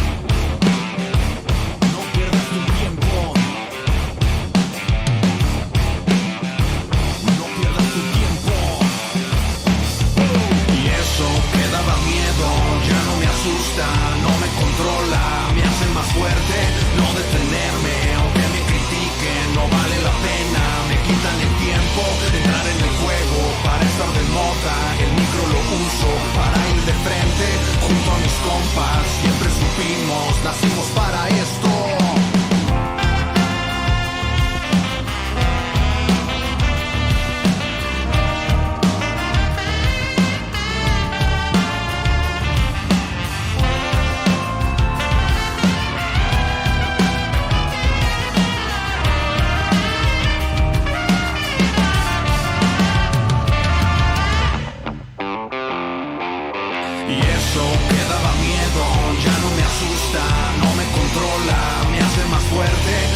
No pierdas tu tiempo No pierdas tu tiempo y eso que daba miedo ya no me asusta, no me controla, me hace más fuerte no detenerme, aunque me critiquen, no vale la pena, me quitan el tiempo de entrar en el juego para estar de moda, el micro lo uso para ir de frente junto a mis compas, siempre supimos, nacimos para esto. Y eso que daba miedo ya no me asusta, no me controla, me hace más fuerte,